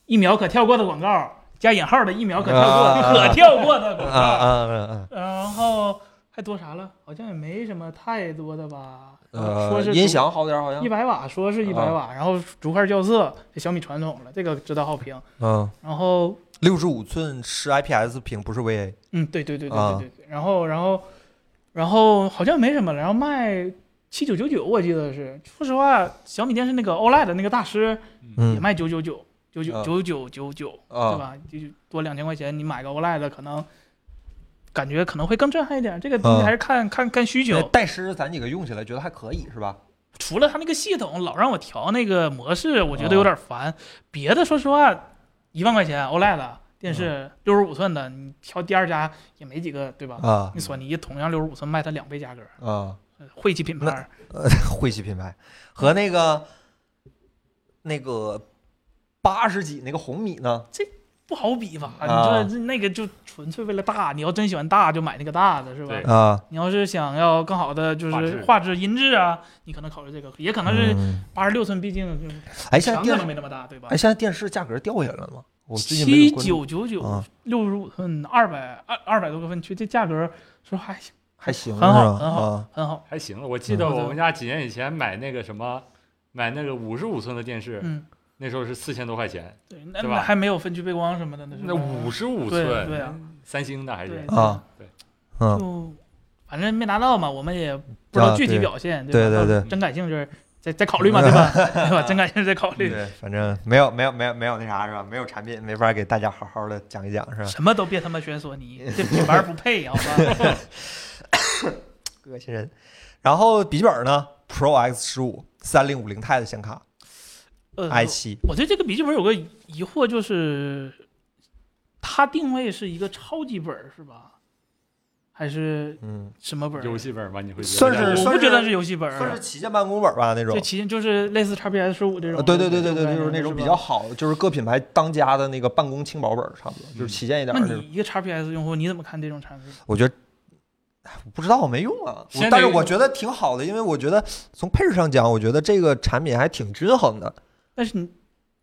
A: 一秒可跳过的广告。加引号的一秒可跳过、
B: 啊
A: 可跳过的广
B: 啊
A: 告，
B: 啊啊
A: 然后还多啥了？好像也没什么太多的吧。
B: 啊！呃
A: 说，是
B: 音响啊好点儿好
A: 一
B: 像，
A: 百瓦，说是一百瓦，然后逐块校色，这小米传统了，这个知道好评。
B: 嗯，
A: 然后，
B: 六十五寸是 IPS 屏，不是 VA。
A: 嗯，对对对对
B: 啊
A: 对对对，然后然后然后好像没什么了，然后卖。七九九九，我记得是。说实话，小米电视那个 OLED 的那个大师也
B: 嗯
A: 卖九九九九九
B: 啊
A: 九九九九，对
B: 啊，
A: 吧？就多两千块钱，你买个 OLED 的可能感觉可能会更震撼一点。这个东西
B: 啊
A: 还是看看看需求
B: 那。戴师咱几个用起来觉得还可以是吧？
A: 除了它那个系统老让我调那个模式，我觉得有点烦。别的说实话，一万块钱 OLED 电视六十五寸的，你挑第二家也没几个，对吧？
B: 啊
A: 你索尼同样六十五寸卖它两倍价格，
B: 啊，
A: 呃晦气品牌。
B: 惠系品牌和那个那个八十几那个红米呢？
A: 不好比吧？你
B: 啊
A: 说这那个就纯粹为了大，你要真喜欢大就买那个大的，是吧
C: 对？
B: 啊，
A: 你要是想要更好的就
C: 画
A: 是
C: 质
A: 画质、音质啊，你可能考虑这个，也可能是
B: 嗯
A: 八十六寸，毕竟就是
B: 哎，现在
A: 强可
B: 电
A: 能
B: 视
A: 没那么大，对吧
B: 哎，？现在电视价格掉下来了吗？我最近没
A: 七
B: 有
A: 九
B: 关注
A: 九九
B: 啊
A: 六十五寸，二百二二百多个分区，这价格说还行，
B: 还行
A: 很好
B: 是吧
A: 很好
B: 啊
A: 很好。
C: 还行了。我
A: 嗯
C: 记得我们家几年以前买那个什么，买那个五十五寸的电视，
A: 嗯，
C: 那时候是四千多块钱，
A: 对，那
C: 对吧
A: 那还没有分区背光什么的呢，
C: 那五
A: 十
C: 十
A: 嗯
C: 五
A: 对对
C: 寸，
A: 啊，
C: 三星的还
A: 对
C: 是
B: 啊，
C: 对
A: 对
B: 嗯
A: 就反正没拿到嘛，我们也不知道
B: 啊
A: 具体
B: 对
A: 表现，
B: 对
A: 吧？
B: 对对
A: 到时候真感兴趣再再考虑嘛，对 吧？对吧？真感兴趣再考虑，
B: 对，反正没有没有没有没有那啥是吧？没有产品没法给大家好好的讲一讲是吧？
A: 什么都别他妈选索尼，这品牌不配，好 吧？
B: 恶心人。然后笔记本呢，Pro X 十五三零五零 i 的显卡
A: 呃，
B: ，i 七，
A: 我对这个笔记本有个疑惑，就是它定位是一个超级本儿是吧？还是
B: 嗯，
A: 什么本儿？
C: 游戏本吧，你会觉得
B: 算是
A: 我
B: 算
A: 不
B: 是
A: 觉得是游戏本儿啊，
B: 嗯
A: 啊
B: 算是旗舰办公本吧那种
A: 就。旗舰就是类似 XPS 十五这
B: 呃
A: 种。
B: 对对对对对，
A: 这
B: 就是
A: 概念
B: 那种比
A: 吧
B: 较好的，就是各品牌当家的那个办公轻薄本儿，差不多，就是旗舰一点
A: 那
B: 儿那种。
A: 你一个 XPS 用户，你怎么看这种产品？
B: 我觉得，哎我不知道，我没用啊。我
C: 先
B: 但是
C: 得
B: 我觉得挺好的，因为我觉得从配置上讲，我觉得这个产品还挺均衡的，
A: 但是你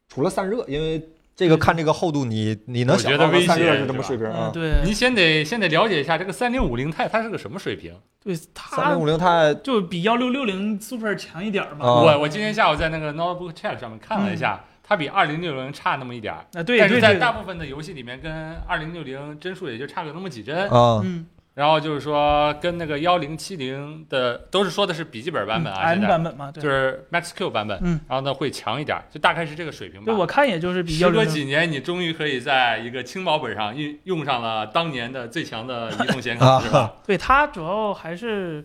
B: 除了散热，因为这个看这个厚度你，你能
C: 我
B: 想
C: 觉得
B: 到的
C: 威
B: 散热
C: 胁
B: 是这
C: 是
B: 么
C: 吧
B: 水平
A: 嗯，
B: 啊？
A: 对
C: 你先得先得了解一下这个三零五零钛它是个什么水平。
A: 对，
B: 三零
A: 它
B: 五零钛
A: 就比幺六六零 Super 强一点儿嘛。
B: 啊
C: 我我今天下午在那个 Notebook Chat 上面看了一下，它比二零六零差那么一点儿，
A: 啊，嗯对
C: 但
A: 对
C: 是在
A: 对，
C: 大部分的游戏里面跟二零六零帧数也就差个那么几帧。
B: 啊，
A: 嗯
C: 然后就是说跟那个幺零七零的都是说的是笔记本版本啊，
A: 嗯
C: 现
A: ，M
C: 在
A: 版本嘛，对
C: 就。是 Max Q 版本，
A: 嗯
C: 然后呢会强一点儿，就大概是这个水平吧
A: 对，。我看也就是比
C: 时
A: 幺六
C: 隔
A: 零
C: 几年，你终于可以在一个轻薄本上运用上了当年的最强的移动显
B: 啊
C: 卡，是吧？
A: 对它主要还是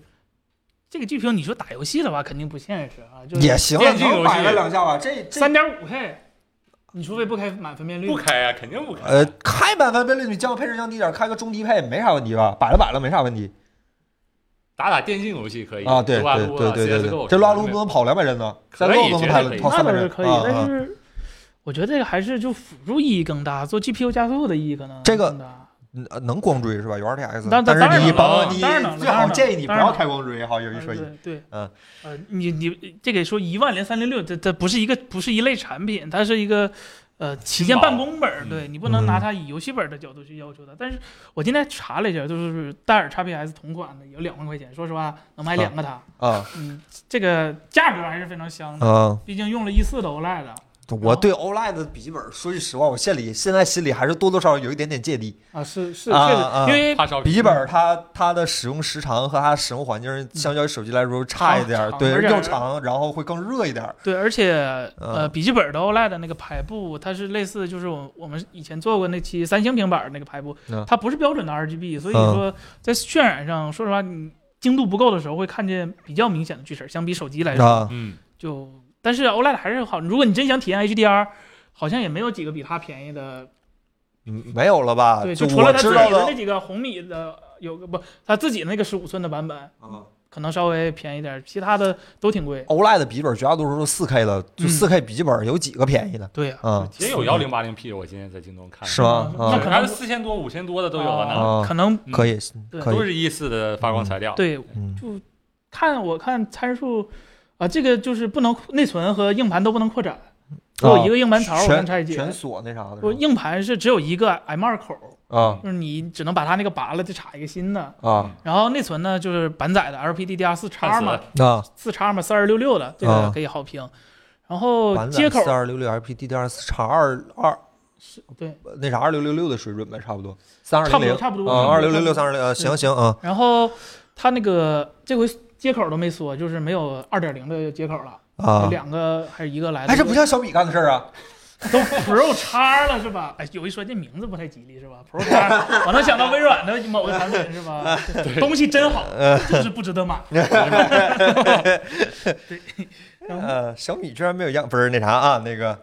A: 这个剧评，你说打游戏的话肯定不现实啊，就是
B: 也行了，
C: 电竞游
B: 能
C: 戏
B: 摆了两下吧。这这
A: 三点五 K，你除非不开满分辨率，
C: 不开啊，肯定不开。
B: 呃，开满分辨率，你降配置降低点儿，开个中低配没啥问题吧？摆了摆了没啥问题
C: 打打电竞游戏可以
B: 啊。对
C: 撸啊
B: 对
C: 撸
B: 对
C: 啊
B: 对对
C: CS:GO
B: 对，这撸啊撸都能跑两百帧呢，
C: 可
B: 三
C: 以
B: 撸都能跑
C: 绝对可以
B: 跑
A: 那
B: 三百
A: 倒
B: 帧
A: 是可以，
B: 啊
A: 但
B: 啊
A: 是我觉得这个还是就辅助意义更大，做 GPU 加速的意义可能
B: 这个
A: 更大。
B: 嗯呃能光追是吧？有 RTX，
A: 当
B: 但
A: 当
B: 是
A: 然
B: 你
A: 能
B: 帮
A: 当
B: 你
A: 然能
B: 最好
A: 当然能
B: 建议你不
A: 当
B: 要
A: 然
B: 开光追，好有一
A: 呃
B: 说一，
A: 对对，
B: 嗯
A: 呃，你你这个说一万连三零六，这这不是一个不是一类产品，它是一个呃旗舰办公本儿，
C: 嗯
A: 对你不能拿它以游戏本儿的角度去要求它。但是我今天查了一下，就是戴尔 XPS 同款的有两万块钱，说实话能买两个它，
B: 啊
A: 嗯，这个价格还是非常香的，
B: 啊！
A: 毕竟 E 用了一四的 OLED
B: 我对 OLED 的笔记本，说句实话，我心里现在心里还是多多少少有一点点芥蒂。
A: 啊，是是确
B: 啊
A: 实
B: 啊，
A: 因为
C: 怕烧
B: 笔记本它它的使用时长和它使用环境相较于手机来说差一点儿，
C: 嗯
A: 长
B: 对，
A: 而且
B: 又长，然后会更热一点儿。
A: 对，而且
B: 嗯
A: 呃，笔记本的 OLED 的那个排布，它是类似就是我我们以前做过那期三星平板儿那个排布
B: 嗯，
A: 它不是标准的 RGB，所以说在渲染上，说实话，你精度不够的时候会看见比较明显的锯齿，相比手机来说，
B: 啊
C: 嗯，
A: 就但是 OLED 还是好。如果你真想体验 HDR，好像也没有几个比它便宜的，
B: 嗯没有了吧？
A: 对，
B: 就
A: 除了
B: 我
A: 它自
B: 知
A: 己
B: 道
A: 的
B: 的
A: 那几个红米的有个不，它自己那个十五寸的版本，
B: 啊
A: 可能稍微便宜点儿，其他的都挺贵。
B: OLED 的笔记本绝大多数都四 K 的，就
A: 嗯
B: 四 K 笔记本有几个便宜的？
A: 对呀、
B: 啊
A: 就
C: 也有幺零八零 P 的，我今天在京东看，
B: 是吗？
A: 那
B: 啊
A: 可能
C: 还是四千多、五千多的都有了呢，
B: 啊
A: 可能
C: 嗯
B: 可以，
A: 对
B: 可
C: 都
B: 以，
C: 是 E 四的发光材料。
A: 对，
B: 嗯，
A: 就看我看参数啊、这个就是不能内存和硬盘都不能扩展，我有一个硬盘槽，我
B: 啊全
A: 跟叉姐
B: 全锁那啥的
A: 我
B: 是
A: 硬盘是只有一个 M 2口，
B: 吧啊
A: 就是你只能把它那个拔了，再插一个新的。
B: 啊
A: 然后内存呢，就是板载的 LPDDR 4
C: 看
A: 叉
C: 死
A: 嘛，
C: 了，
B: 啊！
A: 四叉嘛，四二六六的，这个
B: 啊
A: 可以好评。然后
B: 版
A: 哦接
B: 载
A: 口
B: 四二六六 LPDDR 四叉二二
A: 对，
B: 那啥二六六六的水准呗，差不多三二
A: 差
B: 零
A: 不多
B: 零
A: 差不多
B: 啊，二六六六三
A: 差不多
B: 二零，行行啊，
A: 然后它那个这回接口都没缩，就是没有二点零的接口了，有
B: 啊，
A: 两个还是一个来的。
B: 哎，这不像小米干的事儿啊！
A: 都 Pro 叉了是吧？哎，有一说这名字不太吉利是吧？Pro 叉，我能想到微软的某个产品是 吧？东西真好，
B: 嗯
A: 就是不值得买。对，然后
B: 呃，小米居然没有样，不是那啥啊，那个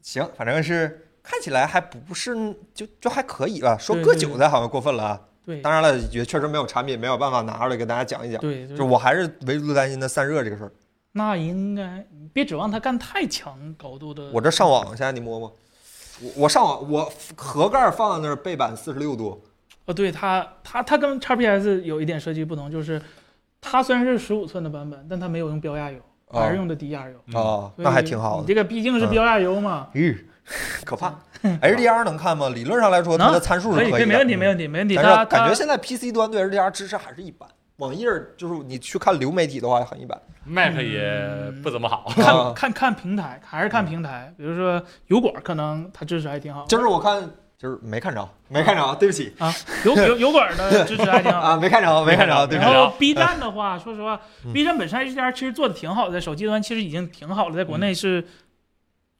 B: 行，反正是看起来还不是就就还可以吧，说
A: 对
B: 割
A: 对
B: 韭菜好像过分了啊。
A: 对
B: 当然了，也确实没有产品没有办法拿出来给大家讲一讲，
A: 对，
B: 就
A: 就是是
B: 我还是唯独担心它散热这个事儿。
A: 那应该你别指望它干太强高度的。
B: 我这上网，现在你摸摸，我我上网，我盒盖放在那儿，背板四十六度，
A: 哦，对它它它跟 XPS 有一点设计不同，就是它虽然是十五寸的版本，但它没有用标压油，
B: 哦
A: 还是用的低压油。
C: 嗯
B: 啊，
A: 所以
B: 那还挺好
A: 你
B: 的。嗯
A: 这个毕竟是标压油嘛，
B: 咦， 可怕！HDR 能看吗？理论上来说，它的
A: 能
B: 参数是
A: 可以
B: 的，嗯
A: 可以，没问题没问题没问题。
B: 但是
A: 它
B: 感觉
A: 它
B: 现在 PC 端对 HDR 支持还是一般，网页儿就是你去看流媒体的话很一般。
C: Mac 也不怎么好，
B: 啊
A: 看
B: 嗯
A: 看看平台，还是看平台。比如说油管，可能它支持还挺好。
B: 今儿我看就是没看着，没看着，对不起
A: 啊，油油油管的支持还挺好。
B: 啊，没看着，没看着，对不
A: 然
B: 起。
A: 后 B 站的话，说实话
B: 嗯
A: ，B 站本身 HDR 其实做的挺好的，在手机端其实已经挺好了，
B: 嗯
A: 在国内是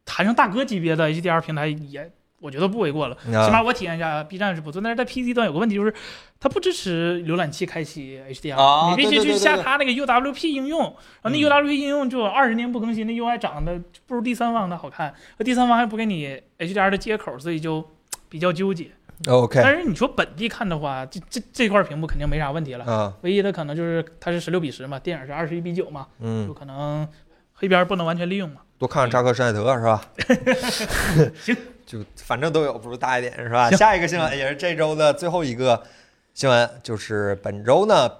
A: 谈上大哥级别的 HDR 平台也。我觉得不为过了，嗯
B: 啊
A: 起码我体验一下 B 站是不错，但是在 PC 端有个问题就是，它不支持浏览器开启 HDR，、
B: 啊
A: 你必须
B: 对对对
A: 去
B: 对
A: 下
B: 对
A: 它那个 UWP 应用，然后那
B: 嗯
A: UWP 应用就二十年不更新，那 UI 长得就不如第三方的好看，那第三方还不给你 HDR 的接口，所以就比较纠结。
B: OK，
A: 但是你说本地看的话，这这这块屏幕肯定没啥问题了，
B: 嗯
A: 唯一的可能就是它是十六比十嘛，电影是二十一比九嘛，就
B: 嗯，
A: 可能黑边不能完全利用嘛。
B: 多看看扎克施耐德是吧？
A: 嗯 行，
B: 就反正都有，不如大一点是吧？
A: 行
B: 下一个新闻哎也是这周的最后一个新闻，就是本周呢，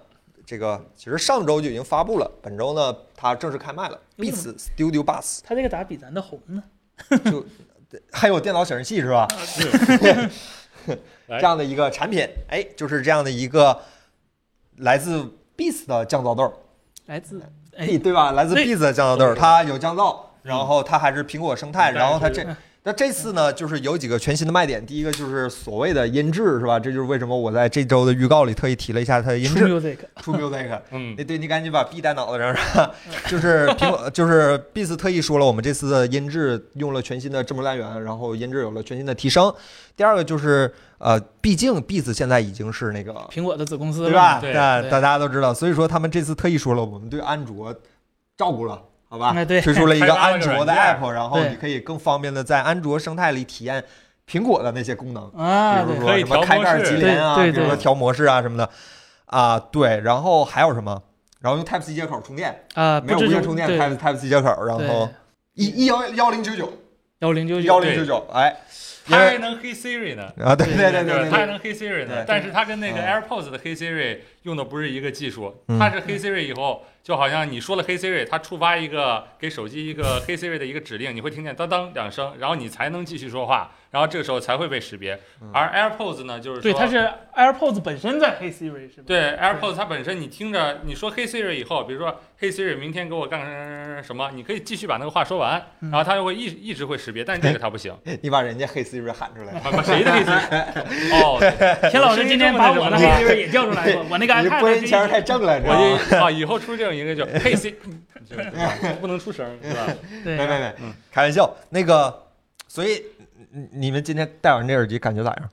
B: 这个其实上周就已经发布了，本周呢它正式开卖了
A: 为什
B: ，Beats Studio Bus，
A: 它这个咋比咱的红呢？
B: 还有电脑显示器是吧？
A: 啊
C: 来
B: 这样的一个产品，哎，就是这样的一个来自 Beats 的降噪豆儿，
A: 来自哎
B: 哎，对吧？来自
A: 对
B: Beats 的降噪豆儿，
C: 对
B: 它有降噪，然后它还是苹果生态，
C: 嗯
B: 然后它这
A: 嗯。
B: 那这次呢，就是有几个全新的卖点。第一个就是所谓的音质，是吧？这就是为什么我在这周的预告里特意提了一下它的音
A: True
B: 质。
A: Music，
B: True Music，
C: 嗯，
B: 那对你赶紧把 B 带脑子上是吧？ 就是苹果，就是 Beats 特意说了，我们这次的音质用了全新的制模单元，然后音质有了全新的提升。第二个就是呃，毕竟 Beats 现在已经是那个
A: 苹果的子公司
B: 对吧？
C: 对
B: 那
A: 对
B: 大家都知道，所以说他们这次特意说了，我们对安卓照顾了，好吧？
A: 哎对
B: 推出了一个安卓的
C: 开发
B: app，
C: 了
B: 然后
A: 对
B: 你可以更方便的在安卓生态里体验苹果的那些功能，
A: 啊，
B: 比如
A: 对，
B: 说什么开盖机帘啊，
A: 对对
B: 比如说调模式啊什么的，啊对，然后还有什么？然后用 Type C 接口充电，
A: 啊，
B: 没有
A: 不支
B: 无
A: 持
B: 线充电
A: 对
B: Type Type C 接口，然后一一幺幺零九九
A: 幺零九九
B: 幺零九九，哎，因
C: 它还
B: 为
C: 能黑 Siri 呢。
B: 啊对对对
C: 对吧
B: 对
C: 它
B: 对，
C: 还能黑 Siri
B: 对
C: 呢，但是它跟那个
B: 嗯
C: AirPods 的黑 Siri 用的不是一个技术，
B: 嗯
C: 它是黑 Siri 以后，就好像你说了黑 Siri，它触发一个给手机一个黑 Siri 的一个指令，你会听见当当两声，然后你才能继续说话，然后这个时候才会被识别
B: 嗯。
C: 而 AirPods 呢，就是
A: 对，
C: 说
A: 它是 AirPods 本身在黑 Siri 是吧？
C: 对 AirPods 它本身你听着你说黑 Siri 以后，比如说黑 Siri 明天给我干什么，你可以继续把那个话说完，
A: 嗯
C: 然后它就会一一直会识别，但这个它 不行，
B: 你把人家黑 Siri 喊出来，
C: 把把谁的黑 Siri？哦， 对
A: 田老师今天把我的黑 Siri 也叫出来过，我那个
B: 你
A: iPad
B: 这播音腔
A: 的
B: 太正了，你知道吗？
C: 我就啊，以后出这种一个就嘿 C，这个
A: 哎
C: 对吧不能出声，是吧？
A: 对
B: 没没没
C: 嗯，
B: 开玩笑。那个，所以你你们今天戴完这耳机感觉咋样？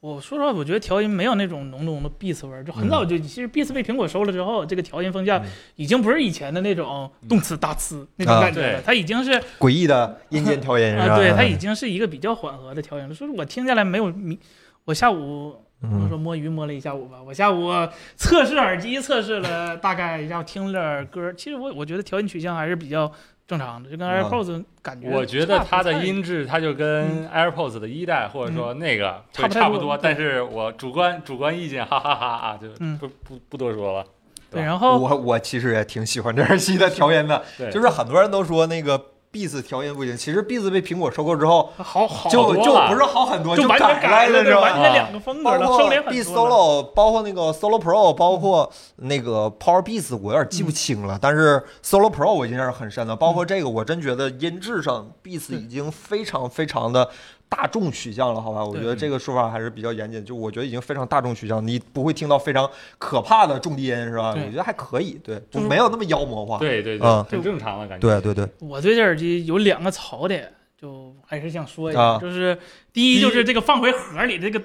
A: 我说实话，我觉得调音没有那种浓浓的 Beats 味儿，就很早就、其实 Beats 被苹果收了之后，这个调音风向
B: 嗯
A: 已经不是以前的那种动次打次那种感觉了，
C: 对
A: 它已经是啊、
B: 诡异的阴间调音是吧？
A: 对，它已经是一个比较缓和的调音了。说是我听下来没有迷，我下午我
B: 嗯
A: 说摸鱼摸了一下午吧，我下午测试耳机测试了大概，然后听了点歌。其实我我觉得调音取向还是比较正常的，就跟
B: 啊
A: AirPods 感觉
C: 嗯我觉得它
A: 它
C: 的音质，它就跟 AirPods 的一代或者说那个
A: 嗯差
C: 会
A: 不太
C: 差不
A: 多
C: 多，
A: 对
C: 但是我主观主观意见，哈哈哈啊，就
A: 嗯
C: 不不不多说了。
A: 对，然后
B: 我我其实也挺喜欢这耳机的调音的，
C: 对，
B: 就是很多人都说那个 Beats 调音不行，其实 Beats 被苹果收购之后，
A: 好好
B: 就
C: 多
B: 就
C: 了
B: 不是好很多，
A: 就完全
B: 改
A: 改了，
B: 了，知
A: 对，
B: 道
A: 完
B: 吧？
A: 全两个 风格
B: 包
A: 了，
B: 括
A: 收敛很
B: Beats
A: 多了。
B: Solo，包括那个 Solo Pro，包括那个 Power Beats，我有点记
A: 嗯
B: 不清了。但是 Solo Pro 我印象是很深的，包括这个，我真觉得音质上 Beats
A: 对
B: 已经非常非常的大众取向了，好吧？我觉
A: 对
B: 得这个说法还是比较严谨，就我觉得已经非常大众取向，你不会听到非常可怕的重低音，是吧？
A: 对
B: 我觉得还可以，对，
A: 就
B: 就
A: 是
B: 没有那么妖魔化。
C: 对对对
B: 嗯，
C: 很正常了感觉。
B: 对对对，
A: 我对这耳机有两个槽点，就还是想说一下，
B: 啊
A: 就是第一就是这个放回盒里这个，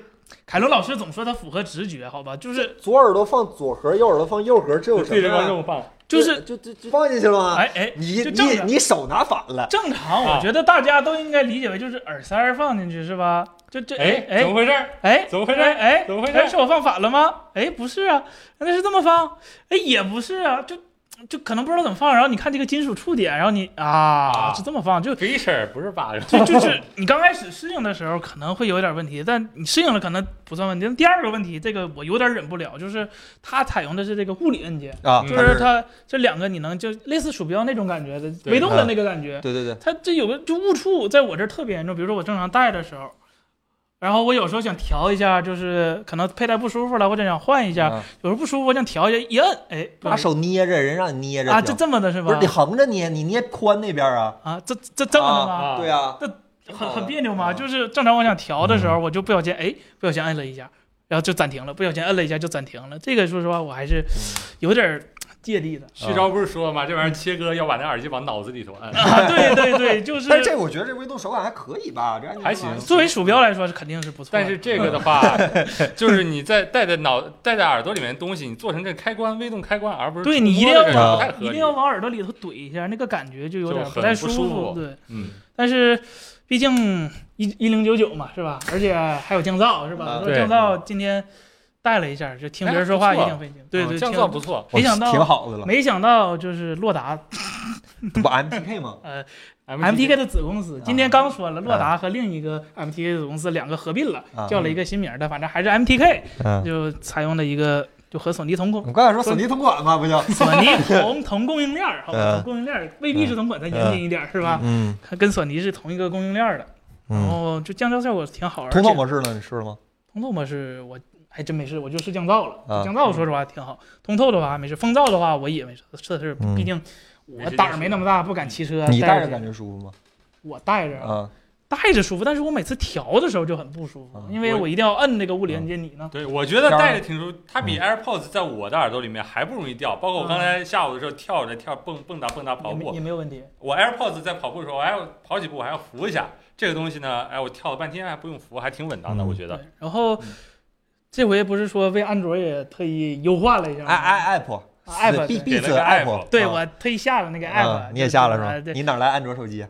A: 凯伦老师总说它符合直觉，好吧，就是
B: 左耳朵放左盒，右耳朵放右盒，这有什
C: 对着观
B: 么呀？
C: 众放，
A: 就是
B: 就就就放进去了吗？
A: 哎哎，
B: 呃你
A: 就
B: 你
A: 正着
B: 你手拿反了。
A: 正常，
C: 啊
A: 我觉得大家都应该理解为就是耳塞儿放进去是吧？就这
C: 哎
A: 哎，
C: 怎么
A: 哎
C: 回事儿？
A: 哎，
C: 怎么回事
A: 哎哎，
C: 怎么回事
A: 哎是我放反了吗？哎，不是啊，那是这么放，哎也不是啊，就就可能不知道怎么放，然后你看这个金属触点，然后你啊
C: 啊
A: 是这么放，就
C: f i s h e r 不是八个，
A: 就就是你刚开始适应的时候可能会有点问题，但你适应了可能不算问题。第二个问题，这个我有点忍不了，就是它采用的是这个物理按键，
B: 啊，
A: 就
C: 嗯
B: 但
A: 是它这两个你能就类似鼠标那种感觉的
C: 对
A: 微动的那个感 觉，
B: 对对对，
A: 它这有个就误触在我这儿特别严重。比如说我正常戴的时候，然后我有时候想调一下，就是可能佩戴不舒服了，我者想换一下，
B: 啊
A: 有时候不舒服我想调一下，一摁，哎，
B: 拿手捏着，人让你捏着
A: 啊，
B: 听
A: 这这么的是
B: 不是
A: 吧
B: 你？横着捏，你捏宽那边啊？
A: 啊，这这这么的吗？
C: 啊
B: 对啊，
A: 很很别扭嘛，
B: 啊嗯
A: 就是正常我想调的时候，我就不小心哎，不小心摁了一下，然后就暂停了，不小心摁了一下就暂停了。这个说实话，我还是
B: 嗯
A: 有点儿芥蒂的
C: 旭钊不是说了吗？这玩意儿切割要把那耳机往脑子里头按。
A: 啊。对对对，就是
B: 嗯但是这我觉得这微动手感还可以吧，这按钮
C: 还行
A: 作为鼠标来说是肯定是不错的，
C: 但是这个的话，就是你在戴在脑戴在耳朵里面的东西，你做成这开关微动开关，而不是
A: 对
C: 触摸
A: 你一定要
C: 的这种
B: 往
C: 不太合
A: 一
C: 理
A: 定要往耳朵里头怼一下，那个感觉就有点
C: 就
A: 不
C: 很
A: 太舒
C: 不舒服
A: 对，
C: 嗯，
A: 但是毕竟一一零九九嘛，是吧？而且还有降噪，是
B: 啊
A: 吧？
C: 对
A: 降噪今天戴了一下，就听别人说话
C: 哎不
A: 也
C: 错
A: 挺费劲。对
C: 嗯
A: 对，
C: 降
A: 听
C: 噪不错。
A: 没想到
B: 挺好的了，
A: 没想到就是洛达
B: 不 MPK 吗？
A: MTK 的子公
C: 啊
A: 司，今天刚说了，洛达和另一个 MTK 的子公司两个合并了
B: 啊，
A: 叫了一个新名儿的，反正还是 MTK，
C: 啊
B: 嗯，
A: 就采用了一个就和索尼同 供，
B: 我刚才说索尼同款嘛，不就？
A: 索尼同同供应链儿，好
C: 啊
A: 吧，
B: 嗯
A: 同供应链儿未必是同款，它严谨一点儿是吧？
B: 嗯
A: 它跟索尼是同一个供应链儿的，然，后就降噪效果挺好，而且
B: 通透模式呢？你试了吗？
A: 通透模式我还真没试，我就试降噪
B: 啊
A: 了，降噪说实话挺好，通透的话没事，风噪的话我也没事，测试
B: 嗯，
A: 毕竟
C: 没
A: 我
C: 时间
A: 胆儿
C: 试
A: 没那么大，不敢骑车，
B: 你戴
A: 带
B: 着感觉舒服吗？
A: 我带着
B: 啊，
A: 戴着舒服，但是我每次调的时候就很不舒
B: 啊嗯
A: 服，因为
C: 我
A: 我一定要摁那个物理按键。你呢？
C: 对，我觉得戴着挺舒服，它比 AirPods 在我的耳朵里面还不容易掉。包括我刚才下午的时候跳着跳蹦蹦跶蹦跶跑
A: 也没
C: 步
A: 也，没有问题。
C: 我 AirPods 在跑步的时候，我还要跑几步，我还要扶一下。这个东西呢，哎，我跳了半天还不用扶，还挺稳当的，
B: 嗯
C: 我觉
A: 对
C: 得。，
A: 然后
C: 嗯
A: 这回不是说为安卓也特意优化了一下吗？
B: 哎哎 App
A: 啊，app
B: B
C: 给
B: B
C: 了
B: s
C: 个
B: App，
C: app
A: 对
B: 啊
A: 我特意下了那个
B: 啊
A: app，
B: 你也下了是
A: 嗯啊
B: 吗？
A: 对，
B: 你哪来安卓手机？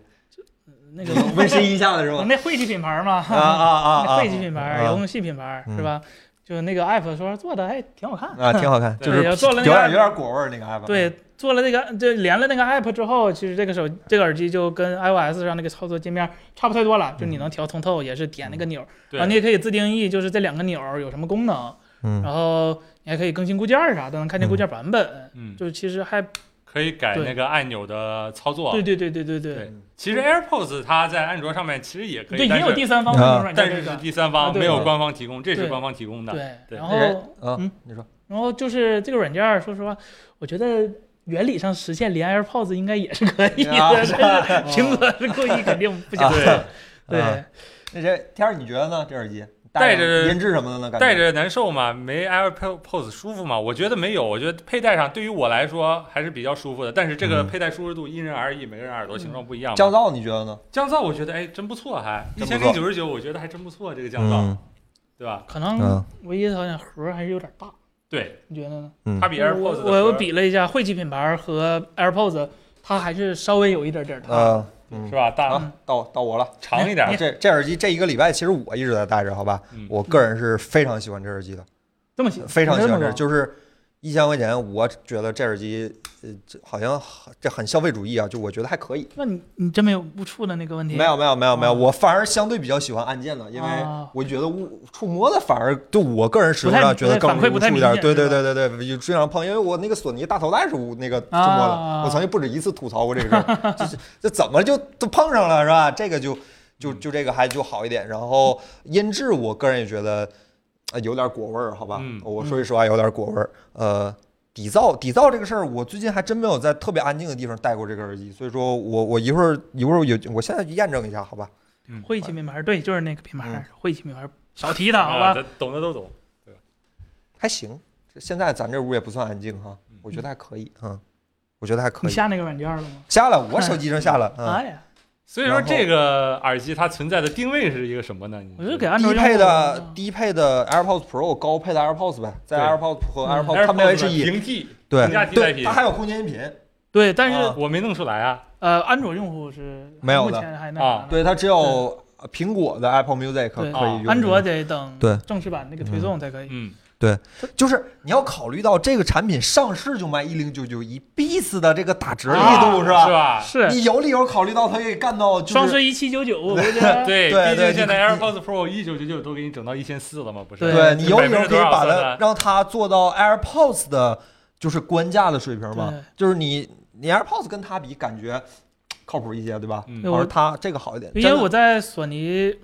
A: 那个
B: Win 十一下的是
A: 我
B: 吗？
A: 那惠及品牌嘛，
B: 啊啊啊
A: 那
B: 啊
A: 惠！及品牌、
B: 啊
A: 遥控器品牌
C: 嗯
A: 是吧？就那个 app 说做的还挺好看，
B: 啊，挺好看，
C: 对
B: 就是
A: 要做了
B: 有
A: 那个
B: 点有点果味儿那个 App。
A: 对，做了那个，就连了那个 app 之后，其实这个
C: 嗯
A: 手这个耳机就跟 iOS 上那个操作界面差不太多了，就你能调通透，也是点那个钮儿，
C: 嗯对
A: 然后你也可以自定义，就是这两个钮儿有什么功能，
B: 嗯，
A: 然后你还可以更新固件儿啥的，能看见固件版本，
C: 嗯，
A: 就其实还
C: 可以改
A: 对
C: 那个按钮的操作。
A: 对对对对对对
C: 对其实 AirPods 它在安卓上面其实也可以，
A: 对，也
C: 但
A: 有
C: 是啊
A: 第三方的软件
C: 但
A: 这
C: 是是
A: 个，
C: 第三
A: 啊
C: 方，
A: 对
C: 没有
B: 对
C: 官方提供，这是
A: 对
C: 官方提供的。
A: 对，
C: 对
A: 然
B: 人
A: 后
B: 啊
A: 嗯，
B: 你说
A: 然后就是这个软件儿，说实话，我觉得。原理上实现连 AirPods 应该也是可以的，
B: 啊
A: 但是苹果是故意肯定不想
B: 啊
A: 做。
C: 对，
A: 对，
B: 那这天儿你觉得呢？这耳机
C: 戴着
B: 音质什么的呢？感觉
C: 戴着难受吗？没 AirPods 舒服吗？我觉得没有，我觉得佩戴上对于我来说还是比较舒服的。但是这个
B: 嗯
C: 佩戴舒适度因人而异，每个人耳朵形状不一样嘛。
B: 降噪你觉得呢？
C: 降噪，我觉得哎真不错，还一
B: 真
C: 千
B: 不错
C: 零九十九，我觉得还真不错，这个降
A: 嗯
C: 噪，对吧？
A: 可
B: 嗯
A: 能唯一的好像盒儿还是有点大，
C: 对，
A: 你觉得呢？
B: 嗯
C: 它比
A: 我
C: AirPods 的
A: 我我
C: 盒
A: 比了一下，惠企品牌和 AirPods，它还是稍微有一点点儿大。
B: 呃，嗯
C: 是吧？大
B: 啊，到到我了。
C: 长一点
A: 你
C: 儿，
B: 这这耳机这一个礼拜，其实我一直在戴着，好吧
C: 哎嗯？
B: 我个人是非常喜欢这耳机的，
A: 这么喜
B: 非常喜欢这，
A: 就
B: 就是一千块钱，我觉得这耳机，呃，这好像很这很消费主义啊，就我觉得还可以。
A: 那你你真没有误触的那个问题？
B: 没有没有没有没有，
A: 啊
B: 我反而相对比较喜欢按键的，因为
A: 啊
B: 我觉得物触摸的反而对我个人使用上
A: 不太
B: 觉得更
A: 反馈不太
B: 无助一点。
A: 明显
B: 对对
A: 是吧
B: 对对对，有经常碰，因为我那个索尼大头带是无那个触摸的，
A: 啊
B: 我曾经不止一次吐槽过这个事儿，就是这怎么就都碰上了是吧？这个就就
C: 嗯
B: 就这个还就好一点。然后音质，我个人也觉得呃有点果味儿，好吧？
C: 嗯
B: 我说句实话，有点果味儿。呃，底噪底噪这个事儿，我最近还真没有在特别安静的地方戴过这个耳机，所以说我我一会儿一会儿有，我现在去验证一下，好吧？
A: 晦气品牌，对，就是那个品牌
B: 嗯，
A: 晦气品牌，少提它好吧？
C: 啊懂的都懂。
B: 还行，这现在咱这屋也不算安静哈
C: 嗯，
B: 我觉得还可以，嗯，我觉得还可
A: 你
B: 以。
A: 下那个软件了吗？
B: 下了，我手机上下了，嗯，
A: 哎呀，
C: 所以说这个耳机它存在的定位是一个什么呢？你
A: 我就给安卓
B: 低
A: 用户
B: 配的低配的 AirPods Pro，高配的 AirPods 呗，在
C: 对
B: AirPods 和
A: 嗯
B: AirPods 哦它没有 E
C: AirPods
B: HE，
C: 平替，
B: 对
C: 评价替代
B: 对，
C: 品
B: 它还有空间音频，
A: 对，但是
B: 啊
C: 我没弄出来啊。
A: 呃，安卓用户是
B: 没有
A: 目
B: 的
A: 前还那啥呢
B: 对，它只有苹果的 Apple Music 可
A: 对
B: 以用，
A: 安卓得等
B: 对
A: 正式版那个推送才可以。
C: 嗯，
B: 就是你要考虑到这个产品上市就卖一零九九一必死的这个打折力
C: 啊
B: 度是
C: 是
B: 吧？
C: 吧？
A: 是
B: 你有理由考虑到它可以干到就
A: 双
B: 是
A: 十一七九九，我觉得
C: 对，
B: 对
C: 毕
B: 对
C: 竟现在
B: 你
C: AirPods Pro 一九九九都给你整到一千四了嘛，不是？
A: 对
B: 对你有理由
C: 百分之
B: 可以
C: 多少
B: 把
C: 算
B: 它
C: 算
B: 让它做到 AirPods 的，就是官价的水平嘛
A: 对，
B: 就是你你 AirPods 跟它比感觉靠谱一些，对吧？
C: 嗯
A: 对
B: 而
A: 我
B: 它这个好一点，
A: 因为
B: 真的
A: 我在索尼，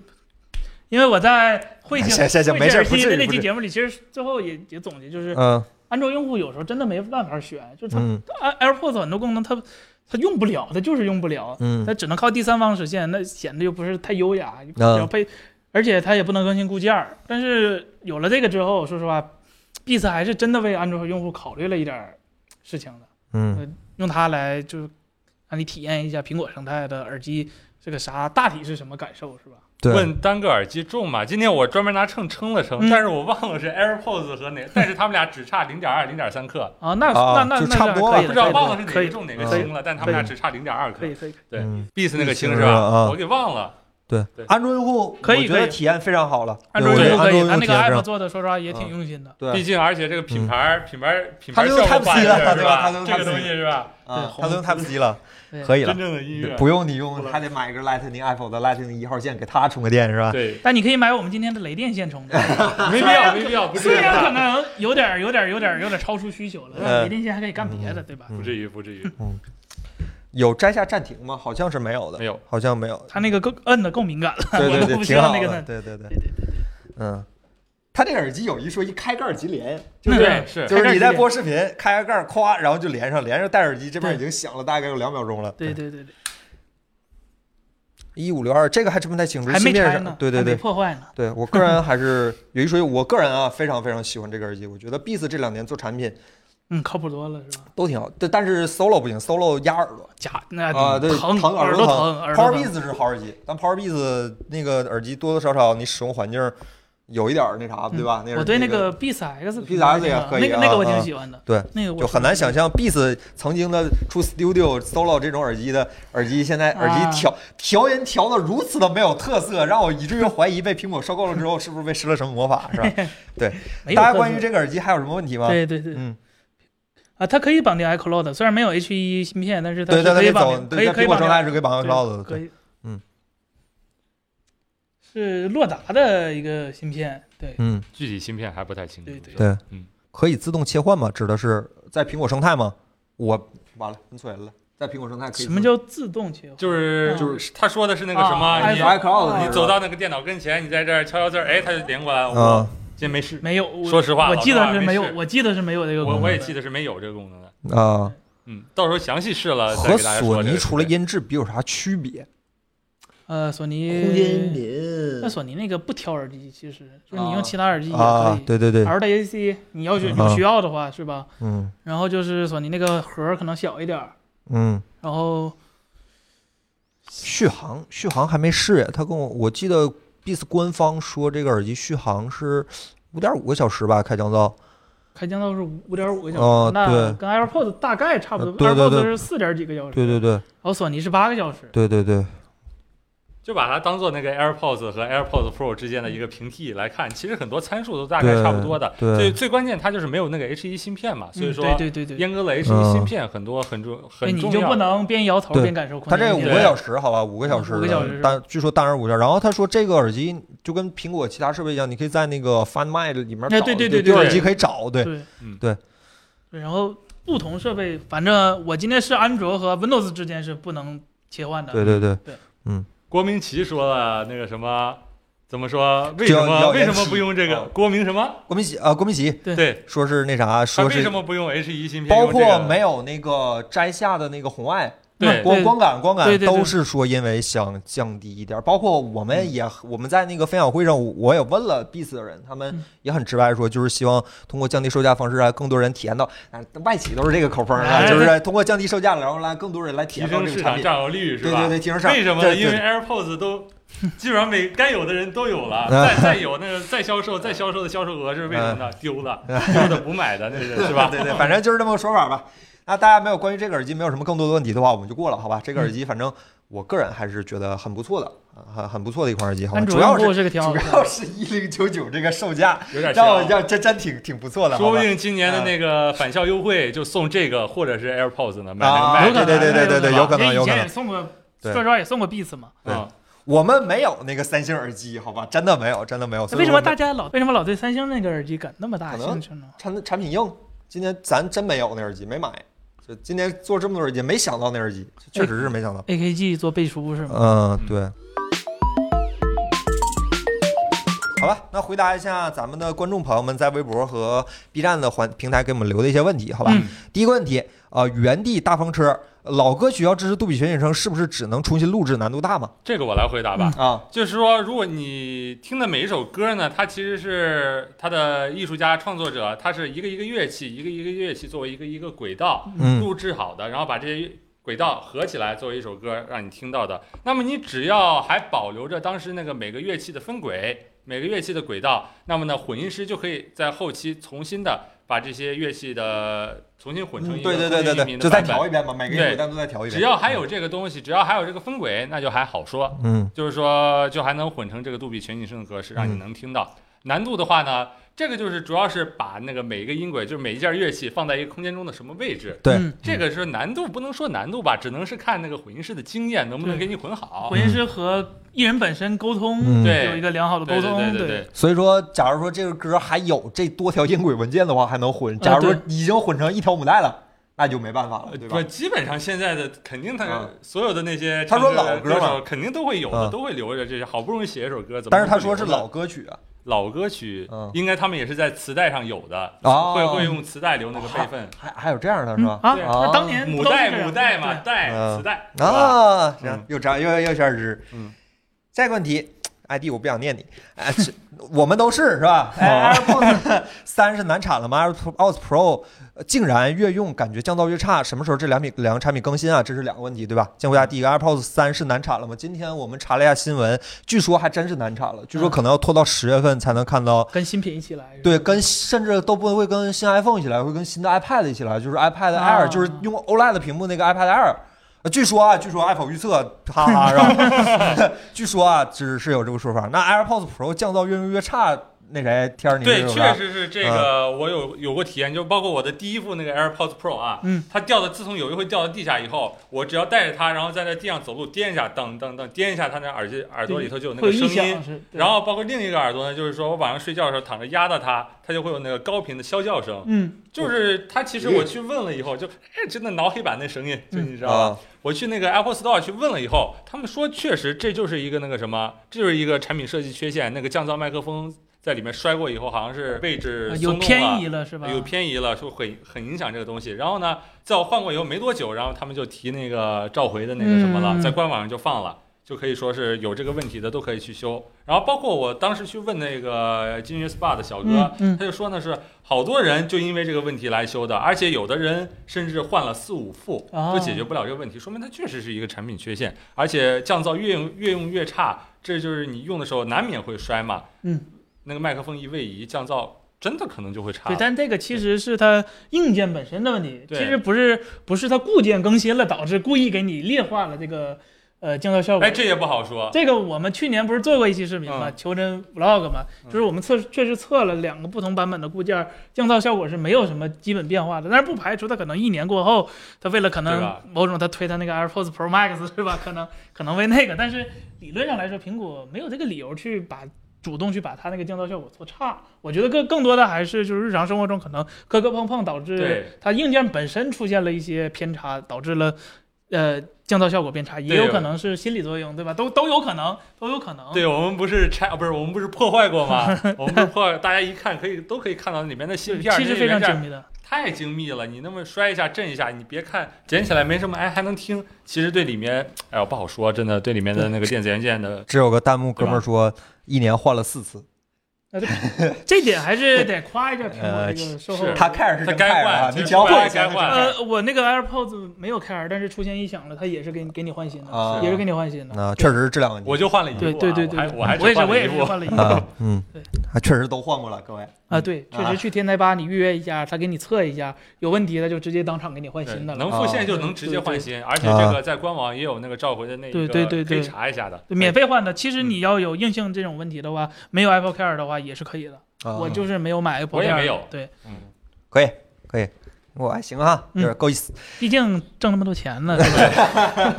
A: 因为我在会
B: 哎
A: 庆
B: 行行行
A: 会
B: 没事
A: 庆
B: 儿不
A: 期
B: 至
A: 的
B: 于
A: 那期
B: 不至于
A: 节目里，其实最后也也总结就是，
B: 嗯
A: 安卓用户有时候真的没办法选，就是它
B: 嗯
A: Air AirPods 很多功能它它用不了，它就是用不了，它
B: 嗯
A: 只能靠第三方实现，那显得又不是太优雅，
B: 嗯
A: 然后配，而且它也不能更新固件儿。但是有了这个之后，说实话，Beats 还是真的为安卓用户考虑了一点儿事情的。
B: 嗯
A: 用它来就是让你体验一下苹果生态的耳机这个啥大体是什么感受，是吧？
B: 对，
C: 问单个耳机重吗？今天我专门拿秤称了称，
A: 嗯
C: 但是我忘了是 AirPods 和哪，但是他们俩只差零点二、零点三克，
A: 啊，那那
B: 啊
A: 那
B: 就
A: 那
B: 差不多了
A: 可以的
C: 不知道
A: 可以的
C: 忘了是哪
A: 可
C: 个
A: 以
C: 重哪个
B: 嗯
C: 轻了，但他们俩只差零点二
A: 可
C: 克
A: 以。可以可以，
C: 对
B: 嗯
C: Beats 那个轻
B: 是
C: 是
B: 吧
C: 吧？
B: 啊
C: 我给忘了。
B: 对
C: 对
B: 安卓用户
A: 可以
B: 我觉
A: 可
B: 得
A: 以
B: 体验非常好了，
A: 安卓
B: 对
A: 用户
B: 我
A: 可
B: 觉得
A: 以，它那
B: 安
A: 个 app
B: 卓用户体验非嗯常
A: 做的说实话也挺用心的。
C: 毕
B: 对嗯
C: 竟，而且这个品牌、品牌、品
B: 它
C: 牌
B: 都
C: 效
B: 用
C: 果
B: Type-C
C: 化
B: 了
C: 是
B: 对吧
C: 吧
B: 它都？用
C: 这个
B: Type-C
C: 东西是吧？
B: 啊，
A: 红
B: 它都用
A: 色
B: Type C 了，
A: 对
B: 可以了
C: 真。正的音乐。
B: 不用你用，还得买一个 Lightning Apple 的 Lightning 一号线给它充个电是吧？
C: 对，
A: 但你可以买我们今天的雷电线充的，
C: 没必要，没必 要，不至
A: 虽
C: 于
A: 然可
C: 啊，
A: 能有点儿有点儿有点儿有点儿超出需求了，但
B: 嗯
A: 雷电线还可以干别的，对吧？
C: 不至于，不至于，
B: 有摘下暂停吗？好像是没有的，
C: 没有。
B: 好像没有。
A: 它那个更摁的够敏感了，
B: 对
A: 我
B: 对
A: 都
B: 对，
A: 不希
B: 挺好
A: 望那个
B: 的。
A: 呢。
B: 对对对
A: 对，对对，
B: 嗯，它这个耳机有一说一，开盖儿即连，就
A: 那
B: 是
A: 对
C: 对，是
A: 开盖
B: 就是
A: 儿
B: 你
A: 即
B: 在
A: 连
B: 播视频，开个盖儿，咵，然后就连上，连上戴耳机，这边
A: 对
B: 已经响了大概有两秒钟了。
A: 对，对对对，
B: 一五六二这个还真不太清楚，
A: 还
B: 市
A: 没
B: 面
A: 拆
B: 上
A: 呢，
B: 对对
A: 还没
B: 对。
A: 破坏呢。
B: 对我个人还是有一说一，我个人啊非常非常喜欢这个耳机，我觉得 Beats 这两年做产品
A: 嗯，靠谱多了是吧？
B: 都挺好，但但是 Solo 不行，Solo 压耳朵，
A: 假那
B: 啊，对，
A: 疼
B: 疼
A: 耳
B: 朵
A: 疼，耳
B: Power
A: 朵疼
B: Beats 是好耳机，但 Power Beats 那个耳机多多少少你使用环境有一点儿那啥，对吧？那
A: 我对
B: 那
A: 那个 B S X
B: Beats X 也可以
A: 那个
B: 啊
A: 那个我
B: 啊
A: 挺喜欢的，
B: 对，
A: 那个我
B: 就很难想
A: 象。
B: 象 Beats 曾经的出 Studio、Solo 这种耳机的耳机，现在耳
A: 啊
B: 机调、调音调的如此的没有特色，让我以至于怀疑被苹果收购了之后是不是被施了什么魔法，是吧？
A: 没有
B: 大家
A: 特
B: 关
A: 色
B: 于这个耳机还有什么问题吗？
A: 对对对，
B: 嗯，
A: 啊，它可以绑定 iCloud，虽然没有 H 1芯片，但是它
B: 对
A: 是
B: 对，它
A: 可
B: 可
A: 以
B: 以
A: 绑
B: 走，
A: 定，可
B: 对，
A: 以
B: 在
A: 可以
B: 苹果
A: 绑定
B: 生态是可以绑
A: 对
B: iCloud 的，
A: 可
B: 对，
A: 以，
B: 嗯，
A: 是洛达的一个芯片，对
B: 嗯，
C: 具体芯片还不太清楚。
A: 对对
B: 对，
C: 嗯，
B: 可以自动切换吗？指的是在苹果生态吗？我完了，你错人了，在苹果生态可以
A: 什么叫自动切换？嗯
C: 就是就是他说的是那个什
A: 啊
C: 么，
A: iPhone
C: 你
B: iCloud
A: 啊
C: 哎你走到那个电脑跟前，你在这儿敲敲字儿，哎，它就连过来。我
B: 啊
C: 今天没事，
A: 没有，我
C: 说实话
A: 我记得
C: 老实话
A: 是
C: 没
A: 没有
C: 试，
A: 我记得是没有这个功
C: 我
A: 能的。
C: 我也记得是没有这个功能的。
B: 啊，
C: 嗯，到时候详细试了呃再
B: 和
C: 给大
B: 索
C: 家说这个事情。
B: 尼除了音质比有啥区别？
A: 呃，索尼
B: 空间
A: 那
B: 音频
A: 索尼那个不挑耳机，其实就是你
B: 啊
A: 用其他耳机也可
B: 啊
A: 以，。
B: 对对对，
A: LDAC 你要是
B: 啊
A: 有需要的话是吧？
B: 嗯
A: 然后就是索尼那个盒儿可能小一点儿，
B: 嗯，
A: 然后
B: 续航续航还没试，他跟我我记得 Beats 官方说这个耳机续航是五点五个小时吧，开降噪。
A: 开降噪是五点五个小时，
B: 哦
A: 那
B: 对
A: 跟 AirPods 大概差不多、
B: 对
A: a i r
B: 对
A: p o d
B: 对
A: s 是四点几个小时，
B: 对对对
A: 然后索尼是八个小时。
B: 对对对，
C: 就把它当做那个 AirPods 和 AirPods Pro 之间的一个平替来看，其实很多参数都大概差不多的。
B: 对对
C: 最最关键它就是没有那个 H1 芯片嘛，所以
A: 嗯、
C: 说
A: 对对对对，
C: 阉割了
B: 嗯
C: H1 芯片，很多很重
A: 那
C: 很
A: 你
C: 重
A: 就
C: 要
A: 不。能边摇头
B: 对
A: 边感受空
B: 它
A: 间
B: 这
A: 音
B: 个
A: 乐。
B: 五个
C: 对
B: 小时好吧，五个小时
A: 五个小时是
B: 的，
A: 吧
B: 单据说单人五个小时。然后他说这个耳机就跟苹果其他设备一样，你可以在那个 Find My 里面
A: 哎
B: 找，
A: 对对对对
B: 就丢耳
C: 对
B: 机可以找，对
A: 对，
C: 嗯
B: 对。
A: 然后不同设备，反正我今天是安卓和 Windows 之间是不能切换的。
B: 对对对，
C: 郭明奇说了那个什么，怎么说？为
B: 就
C: 什
B: 要
C: 么
B: 要
C: 为
B: 延
C: 什么
B: 期
C: 不用这个
B: 啊？
C: 郭明什么？
B: 郭明喜啊，郭明喜
A: 对
C: 对，
B: 说是那啥，
C: 他
B: 说
C: 为
B: 是
C: 什么不用 H1 芯片？
B: 包
C: 用这
B: 括
C: 个
B: 没有那个摘下的那个红外
C: 对
B: 光
A: 对
B: 光感光
A: 对
B: 感
A: 对对
B: 都是说因为想降低一点儿，包括我们
C: 嗯
B: 也我们在那个分享会上，我我也问了 Beats 的人，他们
A: 嗯
B: 也很直白说，就是希望通过降低售价方式，让更多人体验到，啊，外企都是这个口风啊，
A: 哎
B: 就是通过降低售价，然后让更多人来体
C: 提
B: 验到
C: 升
B: 这个
C: 市
B: 产
C: 场
B: 品。
C: 占有率是
B: 对
C: 吧？
B: 对对，提升市场。
C: 为什么
B: 对
C: 呢？
B: 对
C: 因为
B: 对
C: AirPods 都基本上每该有的人都有了，
B: 啊
C: 再再有那个再销售再销售的销售额是为什 么呢？丢了，丢的不买的那是是吧？
B: 对对，反正就是这么个说法吧。那大家没有关于这个耳机没有什么更多的问题的话，我们就过了，好吧？这个耳机反正我个人还是觉得很不错的，啊很很不错的一款耳机，好吧？
A: 安
B: 主
A: 卓
B: 要
A: 用
B: 是
A: 户这个挺好
B: 主
A: 的，
B: 要是一零九九这个售价，
C: 有 点
B: 让我
C: 像。
B: 让真真挺挺不错的，
C: 说
B: 好
C: 不
B: 吧？
C: 定今年的那个返校优惠就送这个，或者是 AirPods 呢，买
B: 啊
C: 买
A: 有可能
B: 对对对对对，有可
A: 因
B: 能
A: 为
B: 有
A: 以
B: 可
A: 前
B: 能
A: 也。送过，
B: 对
A: 说实话也送过 Beats 嘛。
B: 对
C: 啊
B: 我们没有那个三星耳机，好吧？真的没有，真的没有。所以
A: 为什
B: 我
A: 么
B: 们
A: 大家老为什么老对三星那个耳机感那么大
B: 可能
A: 兴趣呢？
B: 产产品硬？今年咱真没有那耳机，没买。就今年做这么多耳机，没想到那耳机，确实是没想到。
A: AKG 做背书是吗？
B: 嗯，对。好了，那回答一下咱们的观众朋友们在微博和 B 站的环平台给我们留的一些问题，好吧？
A: 嗯
B: 第一个问题，呃，原地大风车，老歌曲要支持杜比全景声，是不是只能重新录制，难度大吗？
C: 这个我来回答吧。
B: 啊，
C: 就是说，如果你听的每一首歌呢，它其实是它的艺术家创作者，他是一个一个乐器，一个一个乐器作为一个一个轨道，
B: 嗯
C: 录制好的，然后把这些轨道合起来作为一首歌让你听到的。那么你只要还保留着当时那个每个乐器的分轨、每个乐器的轨道，那么呢，混音师就可以在后期重新的把这些乐器的重新混成一
B: 嗯
C: 个
B: 对对对
C: 固定
B: 对对，
C: 音频
B: 就
C: 的
B: 再
C: 版本。
B: 调一遍吧，每个
C: 对
B: 轨单独再调一遍。
C: 只要还有这个东西，只要还有这个分轨，那就还好说。
B: 嗯
C: 就是说就还能混成这个杜比全景声的格式，让你能听到。难度的话呢，这个就是主要是把那个每一个音轨，就是每一件乐器放在一个空间中的什么位置。
B: 对
A: 嗯
C: 这个是难度，不能说难度吧，只能是看那个混音师的经验能不能
A: 对
C: 给你混好。
A: 混音师和艺人本身沟通
B: 嗯
C: 对
A: 有一个良好的
C: 对
A: 沟
C: 对
A: 通，
C: 对对对，
B: 所以说，假如说这个歌还有这多条音轨文件的话，还能混；假如说
A: 对
B: 已经混成一条母带了，那就没办法了，对吧
C: 不，？基本上现在的肯定他
B: 嗯
C: 所有的那些
B: 他说
C: 唱歌
B: 老歌嘛
C: 手肯定都会有的，
B: 嗯
C: 都会留着这些。好不容易写一首歌，怎么
B: 但
C: 能
B: 是
C: 不留
B: 他说
C: 呢？
B: 是老歌曲啊，
C: 老歌曲
B: 嗯，
C: 应该他们也是在磁带上有的，
B: 哦
C: 会会用磁带留那个备份。
B: 还还有这样的是
A: 嗯
B: 吧
A: 啊，？
C: 对
A: 那当年
C: 母
A: 不都是这
C: 带
A: 样
C: 母带嘛，带
B: 嗯
C: 磁带是吧
B: 啊，这样
C: 嗯
B: 又长又又又圈知。
C: 嗯，
B: 下一个问题，ID 我不想念你，哎，这我们都是是吧？
C: 哦
B: 哎，AirPods 三是难产了吗？AirPods Pro 呃竟然越用感觉降噪越差，什么时候这两品两个产品更新啊？这是两个问题，对吧？先回答第一个，AirPods 三是难产了吗？今天我们查了一下新闻，据说还真是难产了，据
C: 嗯
B: 说可能要拖到十月份才能看到。
A: 跟新品一起来。是吧，
B: 对，跟甚至都不会跟新 iPhone 一起来，会跟新的 iPad 一起来，就是 iPad Air，、
A: 啊
B: 就是用 OLED 屏幕那个 iPad Air。呃据说啊，据说 Apple 预测，哈哈，然后 据说啊，只是有这个说法。那 AirPods Pro 降噪越用越差，那谁，天儿你
C: 对，
B: 这啊
C: 确
B: 实
C: 实是这个，我有有过体验，就包括我的第一副那个 AirPods Pro 啊，
A: 嗯，
C: 它掉的，自从有一回掉到地下以后，我只要带着它，然后在那地上走路颠一下，噔噔噔颠一下，它那耳机耳朵里头就有那
A: 会
C: 个
A: 有异
C: 声
A: 响
C: 音。
A: 是。对
C: 然后包括另一个耳朵呢，就是说我晚上睡觉的时候躺着压到它，它就会有那个高频的啸叫声。
A: 嗯，
C: 就是它其实我去问了以后，就哎真的挠黑板那声音，就你知道吧？
B: 啊，
C: 我去那个 Apple Store 去问了以后，他们说确实这就是一个那个什么，这就是一个产品设计缺陷，那个降噪麦克风在里面摔过以后，好像是位置
A: 啊
C: 松
A: 有
C: 动了
A: 偏移了是吧？
C: 有偏移了，说很很影响这个东西。然后呢，在我换过以后没多久，然后他们就提那个召回的那个什么了，
A: 嗯
C: 在官网上就放了，就可以说是有这个问题的都可以去修。然后包括我当时去问那个金鱼 SPA 的小哥，
A: 嗯嗯
C: 他就说呢是好多人就因为这个问题来修的，而且有的人甚至换了四五副
A: 哦
C: 都解决不了这个问题，说明它确实是一个产品缺陷，而且降噪越用越用越差，这就是你用的时候难免会摔嘛。
A: 嗯，
C: 那个麦克风一位移，降噪真的可能就会差
A: 对，
C: 了。
A: 但这个其实是它硬件本身的问题，其
C: 对
A: 实不是不是它固件更新了导致故意给你劣化了这个呃降噪效果。
C: 哎，这也不好说。
A: 这个我们去年不是做过一期视频嘛，
C: 嗯
A: 求真 vlog 嘛，就是我们测确实测了两个不同版本的固件，降噪效果是没有什么基本变化的，但是不排除它可能一年过后，它为了可
C: 对
A: 能
C: 吧
A: 某种它推它那个 AirPods Pro Max 是吧？可能可能为那个，但是理论上来说，苹果没有这个理由去把。主动去把它那个降噪效果做差，我觉得更更多的还是就是日常生活中可能磕磕碰碰导致
C: 对
A: 它硬件本身出现了一些偏差，导致了呃降噪效果变差，也
C: 对
A: 有可能是心理作用，对吧？都都有可能，都有可能。
C: 对，我们不是拆，啊不是我们不是破坏 过吗？我们不是破坏，大家一看可以都可以看到里面的芯
A: 对，
C: 片儿，
A: 其实
C: 那
A: 非
C: 里
A: 常
C: 面这儿
A: 精密的。
C: 太精密了，你那么摔一下、震一下，你别看捡起来没什么，哎，还能听。其实对里面，哎呦不好说，真的对里面的那个电子元件的，
B: 只有个弹幕哥们儿说，一年换了四次。
A: 那这这点还是得夸一下苹果这个售后
C: 呃是。
B: 他开始是
C: 他
B: 真
C: 该
B: 开着啊
C: 换，
B: 你
C: 其
B: 只
C: 实
B: 要
C: 不该
B: 换钱
C: 该
B: 就
C: 换
B: 行
A: 呃，我那个 AirPods 没有开耳，但是出现异响了，它也是给你给你换新的，
B: 啊
A: 也是给你换新的。
B: 那确实是质量问题。
C: 我就换了一部、啊，
A: 对对对对，
C: 我还
A: 我也是
C: 只换
A: 我
C: 了
A: 也
C: 一
A: 是
C: 部。
A: 换了一
B: 啊
A: 部，
B: 嗯
A: 对，
B: 还确实都换过了，各位。
A: 啊，对，确
B: 啊
A: 实去天台吧你预约一下，他给你测一下，有问题他就直接当场给你换
C: 对
A: 新的了。
C: 能付现就能直接换新，而且这个在官网也有那个召回的那一个，
A: 对对对
C: 可
A: 对
C: 以查一下的，
A: 对免
C: 费。
A: 费换的，其实你要有硬性这种问题的话，没有 Apple Care 的话也是可以的。
B: 啊
A: 我就是没有买 Apple Care，
C: 我也没有
A: 对，
B: 可以可以，我还行哈，
C: 嗯
B: 有点够意思。
A: 毕竟挣那么多钱 呢，对吧？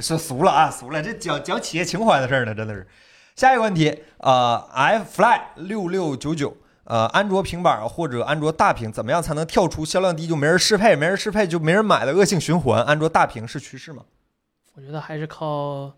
B: 是俗了啊，俗了，这讲讲企业情怀的事儿呢，真的是。下一个问题，呃，iFly 六六九九，呃，安卓平板或者安卓大屏，怎么样才能跳出销量低就没人适配，没人适配就没人买的恶性循环？安卓大屏是趋势吗？
A: 我觉得还是靠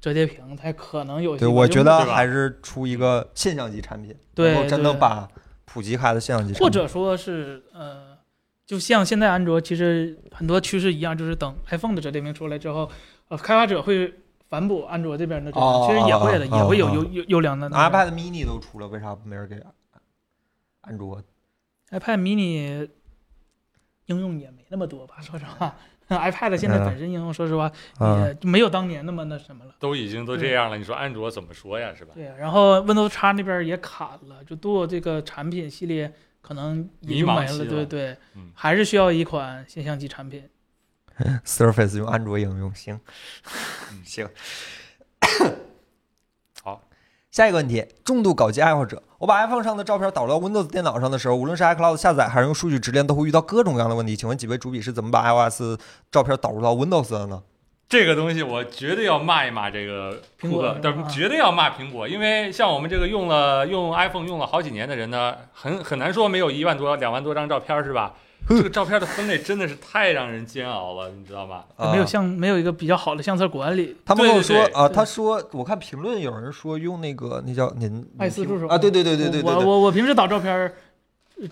A: 折叠屏才可能有些
B: 对，
A: 用。
B: 我觉得
C: 对吧
B: 还是出一个现象级产品，
A: 对
B: 能够真
A: 对
B: 能把普及开的现象级产品，
A: 或者说是呃，就像现在安卓其实很多趋势一样，就是等 iPhone 的折叠屏出来之后，呃，开发者会反驳安卓这边的折叠屏，
B: 哦
A: 其实也会的，
B: 哦
A: 也会有
B: 哦
A: 优优优良的那个
B: iPad mini 都出了，为啥没人给安卓？
A: iPad mini 应用也没那么多吧，说实话。iPad 现在
B: 嗯
A: 本身应用，说实话
B: 嗯
A: 也没有当年那么那什么了。
C: 都已经都这样了，你说安卓怎么说呀？是吧？
A: 对啊，然后 Windows 叉那边也砍了，就做这个产品系列可能也就
C: 迷茫
A: 没
C: 期
A: 了，
C: 了
A: 对对
C: 嗯，
A: 还是需要一款现象级产品。
B: Surface 用安卓应用，行， 行，
C: 嗯 好。
B: 下一个问题，重度搞基爱好者，我把 iPhone 上的照片导到 Windows 电脑上的时候，无论是 iCloud 下载还是用数据直连，都会遇到各种各样的问题。请问几位主笔是怎么把 iOS 照片导入到 Windows 的呢？
C: 这个东西我绝对要骂一骂这个
A: 苹果
C: 库克
A: 是吧
C: 但绝对要骂苹果，因为像我们这个用了用 iPhone 用了好几年的人呢，很很难说没有一万多、两万多张照片是吧？这个照片的分类真的是太让人煎熬了，你知道吗？
B: 啊
A: 呃没有像没有一个比较好的相册管理，
B: 他们跟我
C: 对对
B: 说
C: 对
B: 啊，
A: 对
B: 他说我看评论有人说用那个那叫您
A: 爱思助手
B: 啊，对对对对对对
A: 我
B: 对
A: 我我平时导照片儿，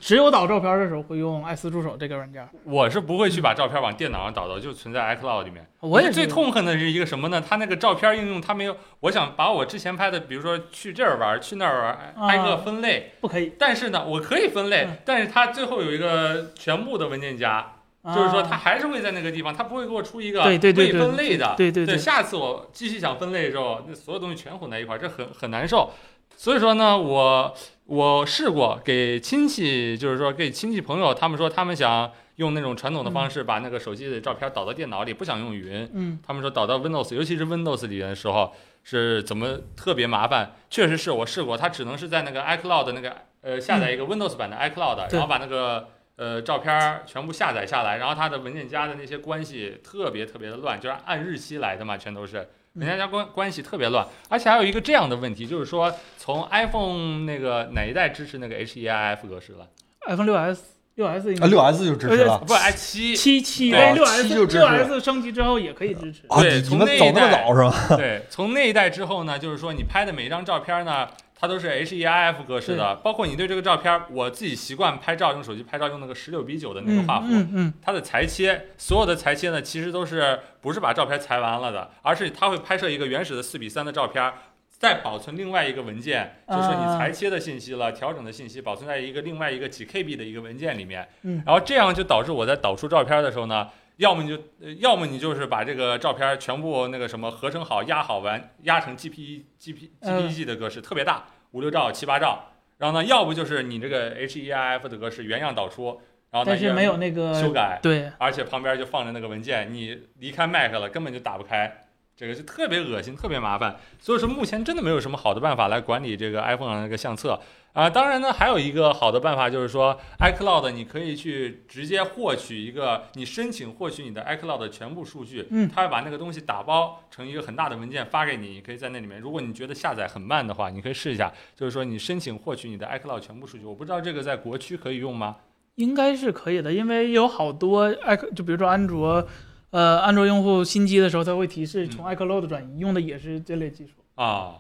A: 只有导照片儿的时候会用爱思助手这个软件儿。
C: 我是不会去把照片往电脑上导的，就存在 iCloud 里面。
A: 我也是
C: 最痛恨的是一个什么呢？它那个照片应用，它没有，我想把我之前拍的，比如说去这儿玩，去那儿玩，
A: 啊
C: 挨个分类。
A: 不可以，
C: 但是呢，我可以分类，
A: 嗯
C: 但是它最后有一个全部的文件夹，就是说它
A: 啊
C: 还是会在那个地方，它不会给我出一个
A: 对对对
C: 未
A: 对
C: 分类的。
A: 啊对对对
C: 下次我继续想分类的时候，那所有东西全混在一块儿，这很很难受。所以说呢，我我试过给亲戚，就是说给亲戚朋友，他们说他们想用那种传统的方式把那个手机的照片导到电脑里，不想用云。
A: 嗯，
C: 他们说导到 Windows，尤其是 Windows 里的时候是怎么特别麻烦。确实是我试过，它只能是在那个 iCloud 的那个呃下载一个 Windows 版的 iCloud，、
A: 嗯对
C: 然后把那个呃照片儿全部下载下来，然后它的文件夹的那些关系特别特别的乱，就是按日期来的嘛，全都是。
A: 嗯
C: 文件夹关关系特别乱，而且还有一个这样的问题，就是说从 iPhone 那个哪一代支持那个 HEIF 格式了？
A: iPhone 六 S 六 S 应
B: 啊，
A: 该
B: 六 S 就支持
A: 哦
B: 了。
C: 不是 i 七，
A: 七七，
C: 对啊
A: 但六
B: 七
A: S
B: 就支持
A: 六 S 升级之后也可以支持。
B: 啊，
C: 对
B: 你你
C: 从
B: 们
C: 那一
B: 走那么
C: 代
B: 早是 吗？
C: 对，从那一代之后呢，就是说你拍的每一张照片呢，它都是 HEIF 格式的，包括你对这个照片，我自己习惯拍照用手机拍照用那个十六比九的那个
A: 嗯
C: 画幅。
A: 嗯嗯，
C: 它的裁切，所有的裁切呢，其实都是不是把照片裁完了的，而是它会拍摄一个原始的四比三的照片，再保存另外一个文件，就是说
A: 啊
C: 你裁切的信息了、调整的信息，保存在一个另外一个几 KB 的一个文件里面。
A: 嗯
C: 然后这样就导致我在导出照片的时候呢，要么你就，呃要么你就是把这个照片全部那个什么合成好、压好完，压成 GP G P E G P
A: 嗯
C: G 的格式，特别大，五六兆、七八兆。然后呢，要不就是你这个 HEIF 的格式原样导出，然后呢
A: 但是
C: 也
A: 没有那
C: 修
A: 个
C: 改，
A: 对，
C: 而且旁边就放着那个文件，你离开 Mac 了根本就打不开，这个就特别恶心，特别麻烦。所以说目前真的没有什么好的办法来管理这个 iPhone 上那个相册啊、当然呢，还有一个好的办法就是说 iCloud 你可以去直接获取一个你申请获取你的 iCloud 的全部数据，
A: 嗯
C: 它会把那个东西打包成一个很大的文件发给你，你可以在那里面。如果你觉得下载很慢的话，你可以试一下，就是说你申请获取你的 iCloud 全部数据。我不知道这个在国区可以用吗？
A: 应该是可以的，因为有好多 i 就比如说安卓，呃，安卓用户新机的时候，它会提示从 iCloud 转移，用的也是这类技术。
C: 啊，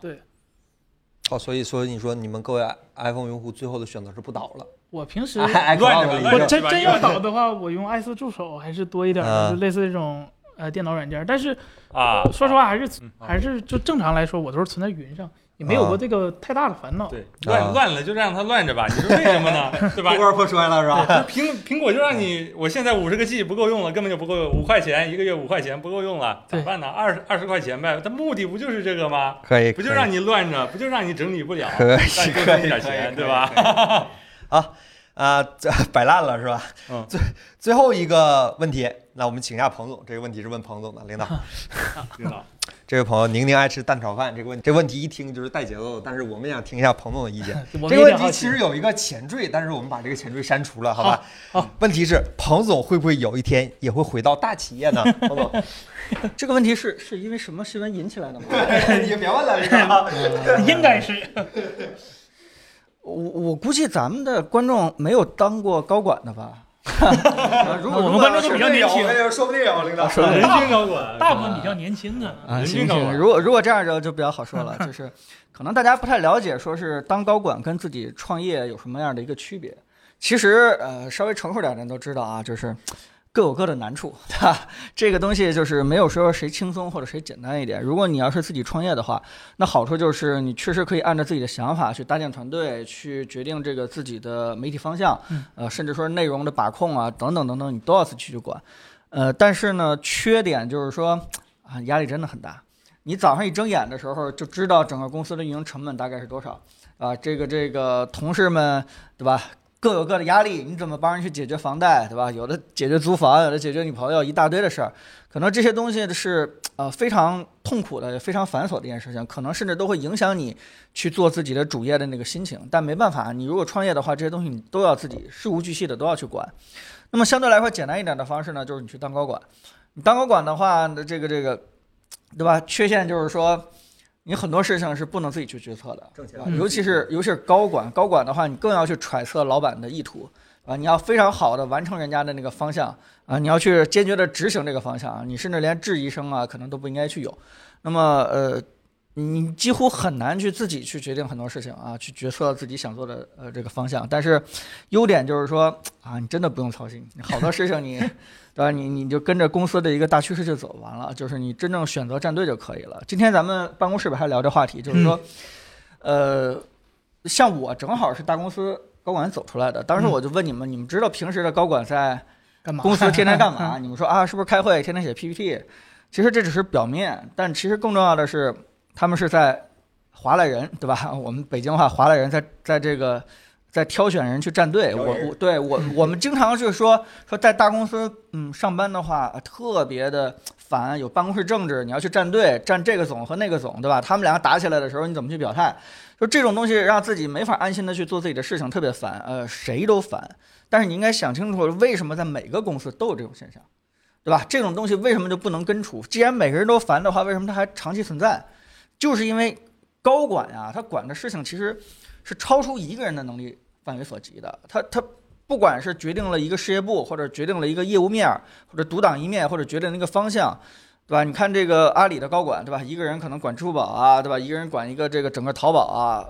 B: 哦，所以所以你说你们各位 iPhone 用户最后的选择是不倒了
A: 我平 时
B: 哎
C: 乱着吧
B: ，iCloud
C: 乱
B: 里
A: 我
C: 着
B: 面
A: 真
C: 是吧
A: 真
C: 一般
A: 要导的话，我用 i 4助手还是多一点的，
B: 啊
A: 就类似这种呃电脑软件。但是
C: 啊，
A: 说实话，还是
C: 嗯
A: 还是就正常来说，我都是存在云上，也没有过这个太大的烦恼。
C: 对，乱
B: 啊
C: 乱了就让它乱着吧，你说为什么 呢？对吧？
B: 锅破摔了是吧？
C: 苹苹果就让你，我现在五十个 G 不够用了，根本就不够用，五块钱一个月五块钱不够用了，咋
A: 对
C: 办呢？二十二十块钱呗，它目的不就是这个吗？
B: 可以，
C: 不就让你乱着，不就让你整理不了，
B: 可以
C: 让你多
B: 可
C: 挣
B: 以
C: 点
B: 可以可
C: 钱，
B: 以
C: 对吧？
B: 啊，这摆烂了是吧？
C: 嗯
B: 最最后一个问题，那我们请一下彭总，这个问题是问彭总的，领导。
C: 领导，
B: 这位朋友宁宁爱吃蛋炒饭，这个问这问题一听就是带节奏的，但是我们也想听一下彭总的意见。
A: 我们
B: 这
A: 有
B: 个问
A: 点
B: 题
A: 好
B: 其
A: 奇。
B: 实有一个前缀，但是我们把这个前缀删除了，好吧？
A: 好好
B: 问题是彭总会不会有一天也会回到大 企业呢？彭总，
E: 这个问题是是因为什么新闻引起来的吗？
B: 你别问了，领导。
A: 应该是
E: 我我估计咱们的观众没有当过高管的吧？
D: 啊
E: 如果
A: 我们观众都比较年轻
B: 说不定有哎说不定有领
A: 啊
B: 导。
E: 说不 定
C: 人均高管，
A: 大部分比较年轻的，
E: 啊，
C: 人均
E: 行
C: 高
E: 行，
C: 管
E: 如果如果这样就就比较好说 了，就是可能大家不太了解，说是当高管跟自己创业有什么样的一个区别。其实呃，稍微成熟点的人都知道啊，就是各有各的难处， 对吧？这个东西就是没有说谁轻松或者谁简单一点。如果你要是自己创业的话，那好处就是你确实可以按照自己的想法去搭建团队，去决定这个自己的媒体方向，
A: 嗯
E: 呃，甚至说内容的把控啊，等等等等，你都要自己去管。呃，但是呢，缺点就是说啊，压力真的很大。你早上一睁眼的时候就知道整个公司的运营成本大概是多少啊，这个这个同事们对吧？各有各的压力，你怎么帮人去解决房贷，对吧？有的解决租房，有的解决女朋友，一大堆的事儿。可能这些东西是呃非常痛苦的，也非常繁琐的一件事情，可能甚至都会影响你去做自己的主业的那个心情。但没办法，你如果创业的话，这些东西你都要自己事无巨细的都要去管。那么相对来说简单一点的方式呢，就是你去当高管。你当高管的话，那这个这个，对吧？缺陷就是说，你很多事情是不能自己去决策的，
B: 挣钱
E: 对吧嗯尤其是尤其是高管，高管的话，你更要去揣测老板的意图啊，你要非常好的完成人家的那个方向啊，你要去坚决的执行这个方向啊，你甚至连质疑声啊，可能都不应该去有。那么呃。你几乎很难去自己去决定很多事情啊，去决策自己想做的呃这个方向。但是，优点就是说啊，你真的不用操心，好多事情你对吧？你你就跟着公司的一个大趋势去走完了，就是你真正选择战队就可以了。今天咱们办公室里还聊这话题，就是说，呃，像我正好是大公司高管走出来的，当时我就问你们，你们知道平时的高管在
A: 嗯干嘛？嗯
E: 公司天天干嘛？ 你们说啊，是不是开会，天天写 PPT？其实这只是表面，但其实更重要的是，他们是在划拉人，对吧？ 我们北京话划拉人在，在这个在挑选人去站队。
B: 挑
E: 我
B: 人
E: 我对我 我们经常就是说说在大公司嗯上班的话呃特别的烦，有办公室政治，你要去站队，站这个总和那个总，对吧？他们两个打起来的时候，你怎么去表态？就这种东西让自己没法安心的去做自己的事情，特别烦，呃，谁都烦。但是你应该想清楚，为什么在每个公司都有这种现象，对吧？这种东西为什么就不能根除？既然每个人都烦的话，为什么它还长期存在？就是因为高管呀、他管的事情其实是超出一个人的能力范围所及的。他他不管是决定了一个事业部，或者决定了一个业务面儿，或者独当一面，或者决定了一个方向。对吧？你看这个阿里的高管，对吧？一个人可能管支付宝啊，对吧？一个人管一个这个整个淘宝啊，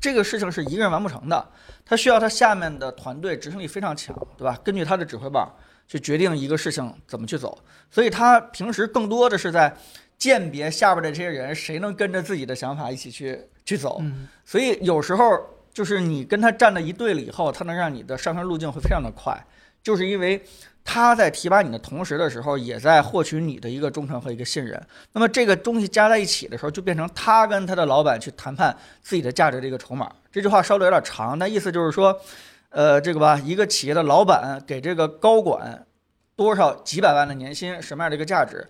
E: 这个事情是一个人完不成的。他需要他下面的团队执行力非常强，对吧？根据他的指挥棒去决定一个事情怎么去走，所以他平时更多的是在鉴别下边的这些人，谁能跟着自己的想法一起去去走。
A: 嗯，
E: 所以有时候就是你跟他站在一队了以后，他能让你的上升路径会非常的快，就是因为他在提拔你的同时的时候，也在获取你的一个忠诚和一个信任。那么这个东西加在一起的时候，就变成他跟他的老板去谈判自己的价值的一个筹码。这句话稍微有点长，但意思就是说，呃，这个吧，一个企业的老板给这个高管多少几百万的年薪，什么样的一个价值，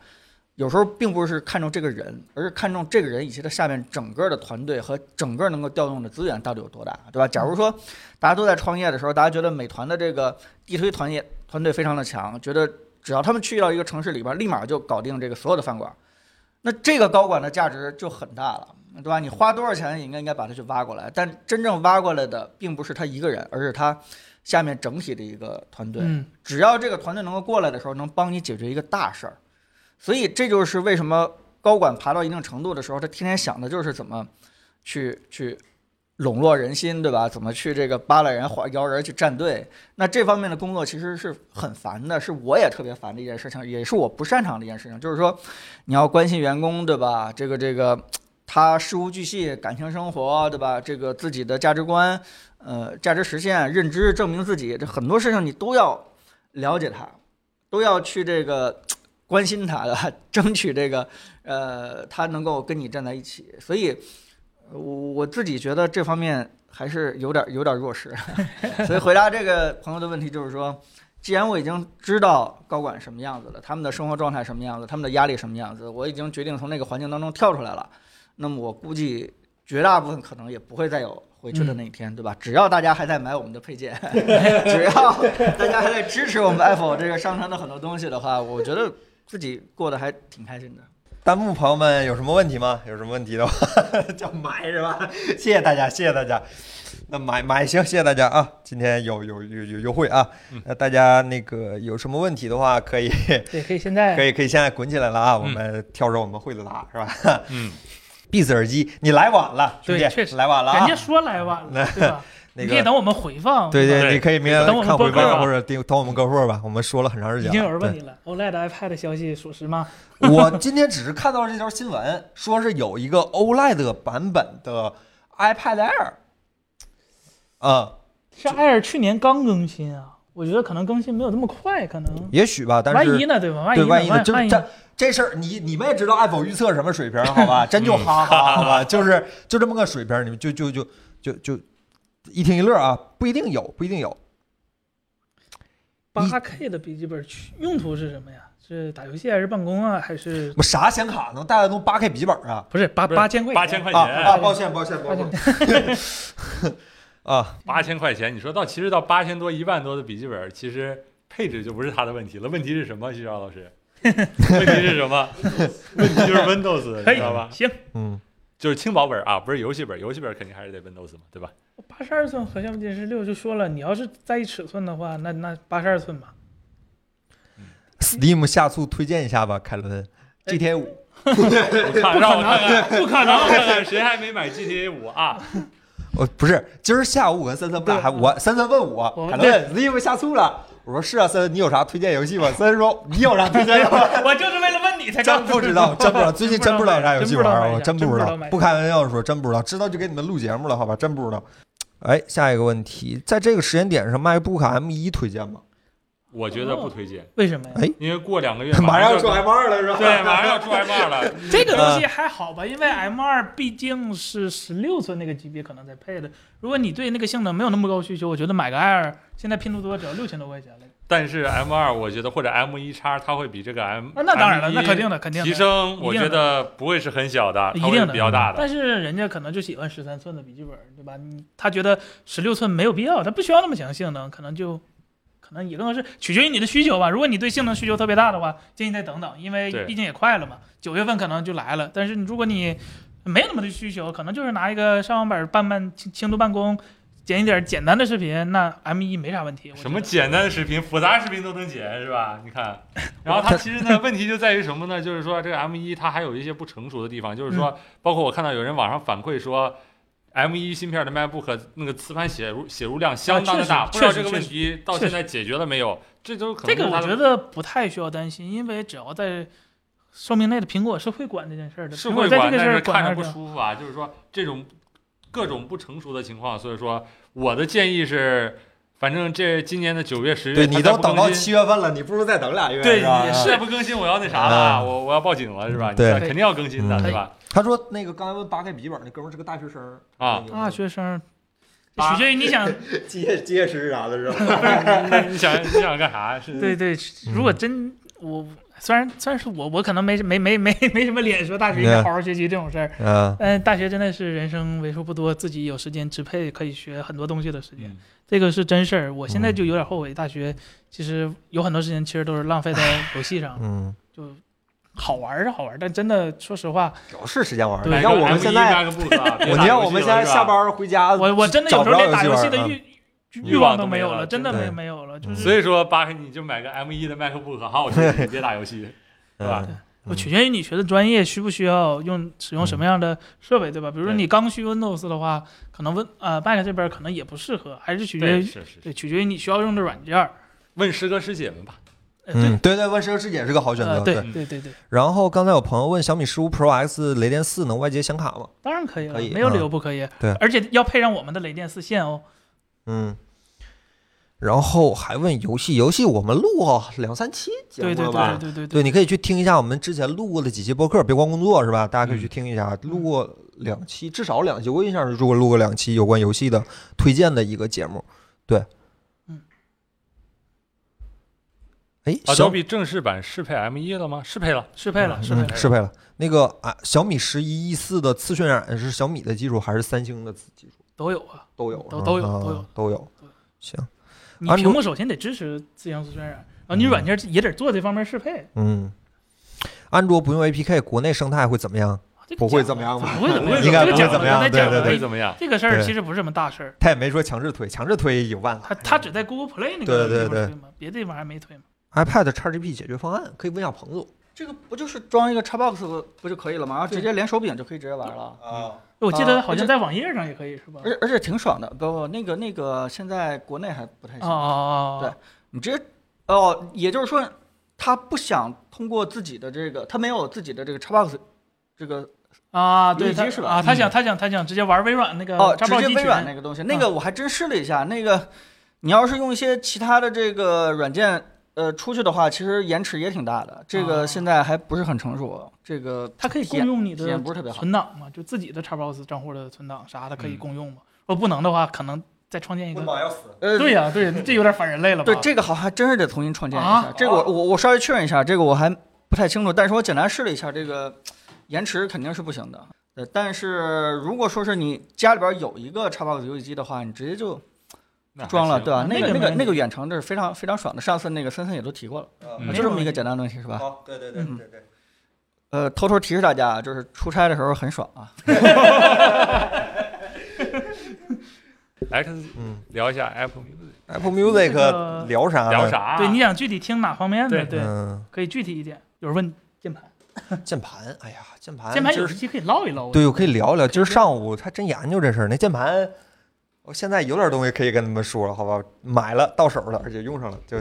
E: 有时候并不是看重这个人，而是看重这个人以及他下面整个的团队和整个能够调动的资源到底有多大，对吧？假如说大家都在创业的时候，大家觉得美团的这个地推团业团队非常的强，觉得只要他们去到一个城市里边，立马就搞定这个所有的饭馆，那这个高管的价值就很大了。对吧？你花多少钱也应该应该把他去挖过来，但真正挖过来的并不是他一个人，而是他下面整体的一个团队。
A: 嗯，
E: 只要这个团队能够过来的时候，能帮你解决一个大事儿。所以这就是为什么高管爬到一定程度的时候，他天天想的就是怎么去去笼络人心，对吧？怎么去这个扒拉人、晃摇人去站队？那这方面的工作其实是很烦的，是我也特别烦的一件事情，也是我不擅长的一件事情。就是说，你要关心员工，对吧？这个这个。他事无巨细，感情生活，对吧？这个自己的价值观，呃，价值实现、认知、证明自己，这很多事情你都要了解他，都要去这个关心他的， 争取这个呃他能够跟你站在一起。所以，呃我我自己觉得这方面还是有点有点弱势。 所以回答这个朋友的问题就是说，既然我已经知道高管什么样子了，他们的生活状态什么样子，他们的压力什么样子，我已经决定从那个环境当中跳出来了。那么我估计绝大部分可能也不会再有回去的那一天，对吧？只要大家还在买我们的配件， 只要大家还在支持我们 Apple 这个商城的很多东西的话，我觉得自己过得还挺开心的。
B: 弹幕朋友们有什么问题吗？有什么问题的话 叫买是吧？谢谢大家，谢谢大家。那买买行，谢谢大家啊！今天有有有有优惠啊！
A: 嗯
B: 那大家那个有什么问题的话，可以
A: 对，可以现
B: 可
A: 在
B: 以可以现在滚起来了啊！我
C: 嗯
B: 们挑着我们会的答是吧？
C: 嗯，
B: b e 耳机，你来晚了，兄弟，
A: 对确实
B: 来晚了啊！
A: 人家说来晚了，对吧？
B: 那
A: 你可以
B: 个，
A: 等我们回放，
B: 对
A: 吧
B: 对，
C: 对
B: 你可以明天
A: 等我们
B: 看
A: 播
B: 回
A: 客
B: 放
A: 啊
B: 或者等等我们歌会吧。我们说了很长时
A: 已
B: 间了，
A: 经有人
B: 对
A: 问你了，OLED iPad 的消息属实吗？
B: 我今天只是看到了这条新闻，说是有一个 OLED 版本的 iPad Air，嗯，
A: 是 Air 去年刚更新啊，我觉得可能更新没有这么快，可能
B: 也许吧，但
A: 万
B: 是
A: 一呢，对吧？万一
B: 对
A: 呢
B: 万一呢，
A: 万
B: 真
A: 一
B: 这这事儿，你你们也知道 Apple 预测什么水平，好吧？真
A: 嗯
B: 就哈哈，好吧，就是就这么个水平，你们就就就就就一听一乐啊，不一定有，不一定有。
A: 八 K 的笔记本去用途是什么呀？是打游戏还是办公啊？还是
B: 我啥显卡能带得动 8K 笔记本啊？
A: 不是八
C: 不是
A: 八千块钱？
C: 八千块
B: 啊
C: 钱，
B: 啊！抱歉，抱歉，抱歉啊！
C: 八千块钱，你说到其实到八千多、一万多的笔记本，其实配置就不是它的问题了。问题是什么，徐钊 老师？问题是什么？问题就是 Windows，你
A: 可以
C: 知道吧？
A: 行，
B: 嗯，
C: 就是轻薄本啊，不是游戏本，游戏本肯定还是得 Windows 嘛，对吧？
A: 八十二寸和下部电视六就说了，你要是在意尺寸的话，那那八十二寸吧。
B: Steam 下促推荐一下吧，凯
A: 哎
B: 伦。GTA 五，
C: 我看，让我看看，不可能，看看谁还没买 GTA 五啊？
B: 我哦不是今儿下午我跟森森不俩还我森森问我
A: 我
B: 凯伦 Steam 下促了，我说是啊，森森你有啥推荐游戏吗？森森说你有啥推荐游戏？
A: 我就是为了问你才
B: 真不知道，真不知道，最近真不知道有啥游戏玩儿，我
A: 真
B: 不
A: 不
B: 知
A: 知
B: 道
A: 道买，啥
B: 不开玩笑说真不知道，知道就给你们录节目了，好吧，真不知道。哎，下一个问题，在这个时间点上，MacBook M 一推荐吗？
C: 我觉得不推荐，
A: 为什么呀
B: 哎？
C: 因为过两个月
B: 马上
C: 上
B: 要出 M 二了是吧？
C: 对，马上要出 M 二了，
A: 这个东西还好吧，因为 M 二毕竟是十六寸那个级别可能才配的。如果你对那个性能没有那么高需求，我觉得买个 Air 现在拼多多只要六千多块钱了。
C: 但是 M 二我觉得或者 M 一叉它会比这个 M
A: 啊那当然了
C: M1
A: 那肯定的肯定的
C: 提升，
A: 的
C: 我觉得不会是很小的，
A: 一
C: 它会
A: 定
C: 是
A: 的
C: 比较大的。
A: 但是人家可能就喜欢十三寸的笔记本，对吧？你他觉得十六寸没有必要，他不需要那么强性能，可能就可能也更合适，取决于你的需求吧。如果你对性能需求特别大的话，建议再等等，因为
C: 对
A: 毕竟也快了嘛，九月份可能就来了。但是你如果你没有那么的需求，可能就是拿一个上网板办办轻轻度办公，剪一点简单的视频，那 M 一没啥问题。我觉得
C: 什么简单的视频，复杂视频都能剪，是吧？你 看，然后它其实呢，问题就在于什么呢？就是说这个 M 一它还有一些不成熟的地方，就
A: 嗯
C: 是说，包括我看到有人网上反馈说，M 一芯片的 MacBook 那个磁盘写入写入量相当的大，
A: 啊
C: 不
A: 确
C: 知
A: 实
C: 道这个问
A: 确实
C: 题到
A: 确
C: 现
A: 实
C: 在解决了没有？这都可
A: 这
C: 能
A: 个
C: 是它
A: 我
C: 的
A: 觉得不太需要担心，因为只要在寿命内的苹果是会管这件事儿的，
C: 是
A: 苹果
C: 会
A: 在
C: 管，
A: 这个事
C: 但是
A: 儿
C: 看
A: 管
C: 着
A: 得
C: 不
A: 上
C: 舒服啊。就是说这种各种不成熟的情况，所以说我的建议是反正这今年的九月、十月，
B: 对
C: 它
B: 你
C: 再
B: 都
C: 不
B: 等
C: 更
B: 到
C: 新
B: 七月份了，你不如再等俩月，
C: 对，
B: 是吧嗯
C: 你是不更新，我要那啥了，我我要报警了，是吧？你
B: 对
C: 肯定要更新的，
B: 嗯
C: 是吧？
B: 他说那个刚才问八 K 笔记本那哥们儿是个大学生儿
C: 啊，
A: 大学生，
C: 啊
A: 取决于你想，
B: 结业结业式啥的是吧？
C: 那你想你想干啥？是
A: 对对，如果真我虽然虽然是我我可能没没没没没什么脸说大学应该好好学习这种事儿，
B: 嗯，
A: 但大学真的是人生为数不多自己有时间支配可以学很多东西的时间
C: 嗯，
A: 这个是真事儿。我现在
B: 嗯
A: 就有点后悔，大学其实有很多时间其实都是浪费 在游戏上，
B: 嗯，
A: 就好玩儿是好玩儿，但真的说实话，
B: 主要是时间玩儿。
A: 对
B: 你让我们现在，
C: 啊
B: 我你让我们现在下。班回家，
A: 我我真的有
B: 啊找
A: 时
B: 不
A: 候连
B: 着游
A: 打
B: 戏
A: 游
B: 玩
A: 戏
B: 儿
A: 的
B: 嗯
A: 欲
C: 欲
A: 欲
C: 望
A: 望
C: 都
A: 都
C: 没
A: 没有
C: 了
A: 了，真的
B: 真
A: 没
B: 的
A: 没有了，就
B: 嗯
A: 是
C: 所以说，八哥你就买个 M 1的麦克 book，好 好学习，别打游戏。是吧
B: 嗯
A: 我取决于你学的专业需不需要用使用什么样的设备，对吧？比如说
C: 对
A: 你刚需 Windows 的话，可能 Win 呃 Mac 这边可能也不适合，还是取决
C: 对，
A: 于
C: 是是。是
A: 对取决于你需要用的软件儿。
C: 问师哥师姐们吧，
A: 呃
B: 嗯，对对，问师哥师姐是个好选
A: 对呃
B: 择。
A: 对
C: 对
A: 对对对，
B: 然后刚才有朋友问小米十五 Pro X 雷电四能外接显卡吗？
A: 当然可以了，
B: 可以嗯
A: 没有理由不可以。
B: 对
A: 而且要配上我们的雷电四线哦。
B: 嗯，然后还问游戏，游戏我们录啊两三期节
A: 对
B: 目
A: 对
B: 了
A: 对
B: 吧？
A: 对对对
B: 对，你可以去听一下我们之前录过的几期播客，别光工作
A: 嗯
B: 是吧？大家可以去听一下，录过两期，至少两期，我印象是录过录过两期有关游戏的推荐的一个节目。对，
A: 嗯。啊
B: 哎，小
C: Adobe 正式版适配 M 1了吗？适配了，
A: 适配了，适配
B: 嗯
A: 了。
B: 适配了。那个啊，小米十一 E 四的次渲染是小米的技术还是三星的技术？
A: 都有啊。
B: 都有是
A: 都
B: 吧，
A: 都有
B: 啊
A: 都有
B: 都有。行，
A: 你
B: 安
A: 屏
B: 卓
A: 幕首先得支持自像素渲染，然后你软件也得做这方面适配。
B: 嗯，安卓不用 APK，国内生态会怎么样？
A: 啊这个
B: 不会
A: 讲
B: 怎么样吧
A: 不会怎么样，
B: 应该
A: 这个
B: 不会
A: 讲了
B: 怎么
A: 刚
B: 样
A: 才
B: 对
A: 讲
B: 对
A: 了
B: 对
C: 会怎么样？
A: 这个事儿
B: 对
A: 其实不是什么大事儿，
B: 他也没说强制推，强制推有办法。
A: 它它只在 Google Play 那
B: 对
A: 个
B: 哎对
A: 地
B: 对
A: 方推嘛，别的地方还没推嘛。
B: iPad XGP 解决方案可以问一下彭总
E: 这个不就是装一个 Xbox 不不就可以了吗？然后直接连手柄就可以直接玩了。
B: 啊。
A: 我记得
E: 啊
A: 好像在网页上也可以是吧？
E: 而且而且挺爽的，不不，那个那个现在国内还不太
A: 哦
E: 行，
A: 哦哦，
E: 对你直接哦，也就是说他不想通过自己的这个，他没有自己的这个 Xbox 这个
A: 啊，
E: 游
A: 对，
E: 戏
A: 他
E: 机是吧
A: 啊，他想他想他想直接玩微软那个
E: 哦，
A: 呃插
E: 直
A: 爆
E: 接
A: 机嗯
E: 微
A: 群，
E: 软那个东西，那个我还真试了一下，那个你要是用一些其他的这个软件。呃，出去的话，其实延迟也挺大的，这
A: 啊
E: 个现在还不是很成熟。这个
A: 它可以
E: 体
A: 共
E: 验
A: 用你
E: 体
A: 的
E: 验不是特别好。嗯
A: 存档嘛，就自己的 Xbox 账户的存档啥的可以共用嘛。如果不能的话，可能再创建一个。
B: 要死。
E: 呃，
A: 对呀，对，这有点反人类了吧？
E: 对，这个好哦像还真是得重新创建一下。
A: 啊
E: 这个我我我稍微确认一下，这个我还不太清楚，但是我简单试了一下，这个延迟肯定是不行的。呃，但是如果说是你家里边有一个 Xbox 游戏机的话，你直接就
C: 那还
E: 装了，
C: 行
E: 对吧？
A: 那
E: 啊那个
A: 个
E: 那个
A: 没
E: 那个远程这是非常非常爽的。上次那个森森也都提过了，
C: 嗯
E: 啊就这么一个简单的东西是吧？
B: 啊好，对对
A: 嗯
E: 对
B: 对对。
E: 呃，偷偷提示大家啊，就是出差的时候很爽啊。
C: X
B: 嗯
C: 聊一下 Apple Music，
B: ，Apple
A: 这个
B: Music 聊啥？
C: 聊？啥？啊
A: 对你想具体听哪方面的？对，
B: 嗯，
A: 可以具体一点。有人问键盘，
B: 键盘，哎呀，键
E: 啊
B: 盘，
A: 键盘
B: 就
A: 有
B: 是
A: 时期可以唠一唠。我
B: 对，我可以聊聊。今儿上午他真研究这事儿，那键盘，我现在有点东西可以跟他们说了，好吧？买了到手了，而且用上了，就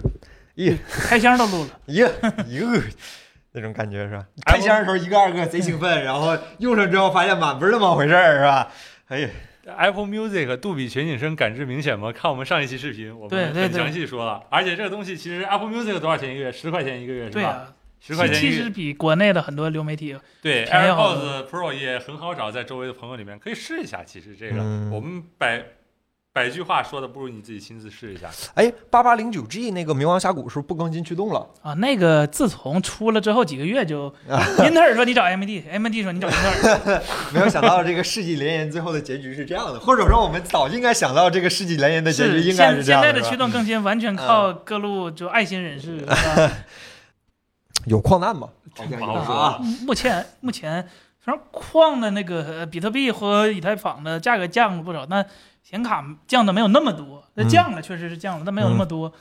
A: 开箱都录了，
B: 一个一个 那种感觉是吧？开箱的时候一个二个贼兴 奋，然后用上之后发现满不是那么回事儿是吧？哎呀，
C: Apple Music 杜比全景声感知明显吗？看我们上一期视频，我
A: 对
C: 们
A: 对
C: 很
A: 对
C: 详细说了。而且这个东西其实 Apple Music 多少钱一个月？十块钱一个月是
A: 对
C: 吧？
A: 啊，
C: 十块钱一
A: 其
C: 个
A: 实
C: 月。
A: 比国内的很多流媒体
C: 对
A: 便宜好
C: AirPods Pro 也很好找，在周围的朋友里面可以试一下。其实这个
B: 嗯
C: 我们百百句话说的，不如你自己亲自试 一下。
B: 哎，八八零九 G 那个冥王峡谷是不是不更新驱动了？
A: 啊，那个自从出了之后几个月就，
B: 啊
A: 英特尔说你找 AMD，AMD 说你找英特尔，
B: 没有想到这个世纪联姻最后的结局是这样的，或者说我们早就应该想到这个世纪联姻的结局应该
A: 现
B: 是这
A: 现
B: 样
A: 在
B: 是
A: 的
B: 吧嗯
A: 驱动更新完全靠各路就爱心人士，是吧
B: 有矿难吗？好像有
C: 不好说
B: 啊。
A: 目前目前虽然矿的那个呃比特币和以太坊的价格降了不少，但显卡降的没有那么多，那
B: 嗯
A: 降了确实是降了，但没有那么多。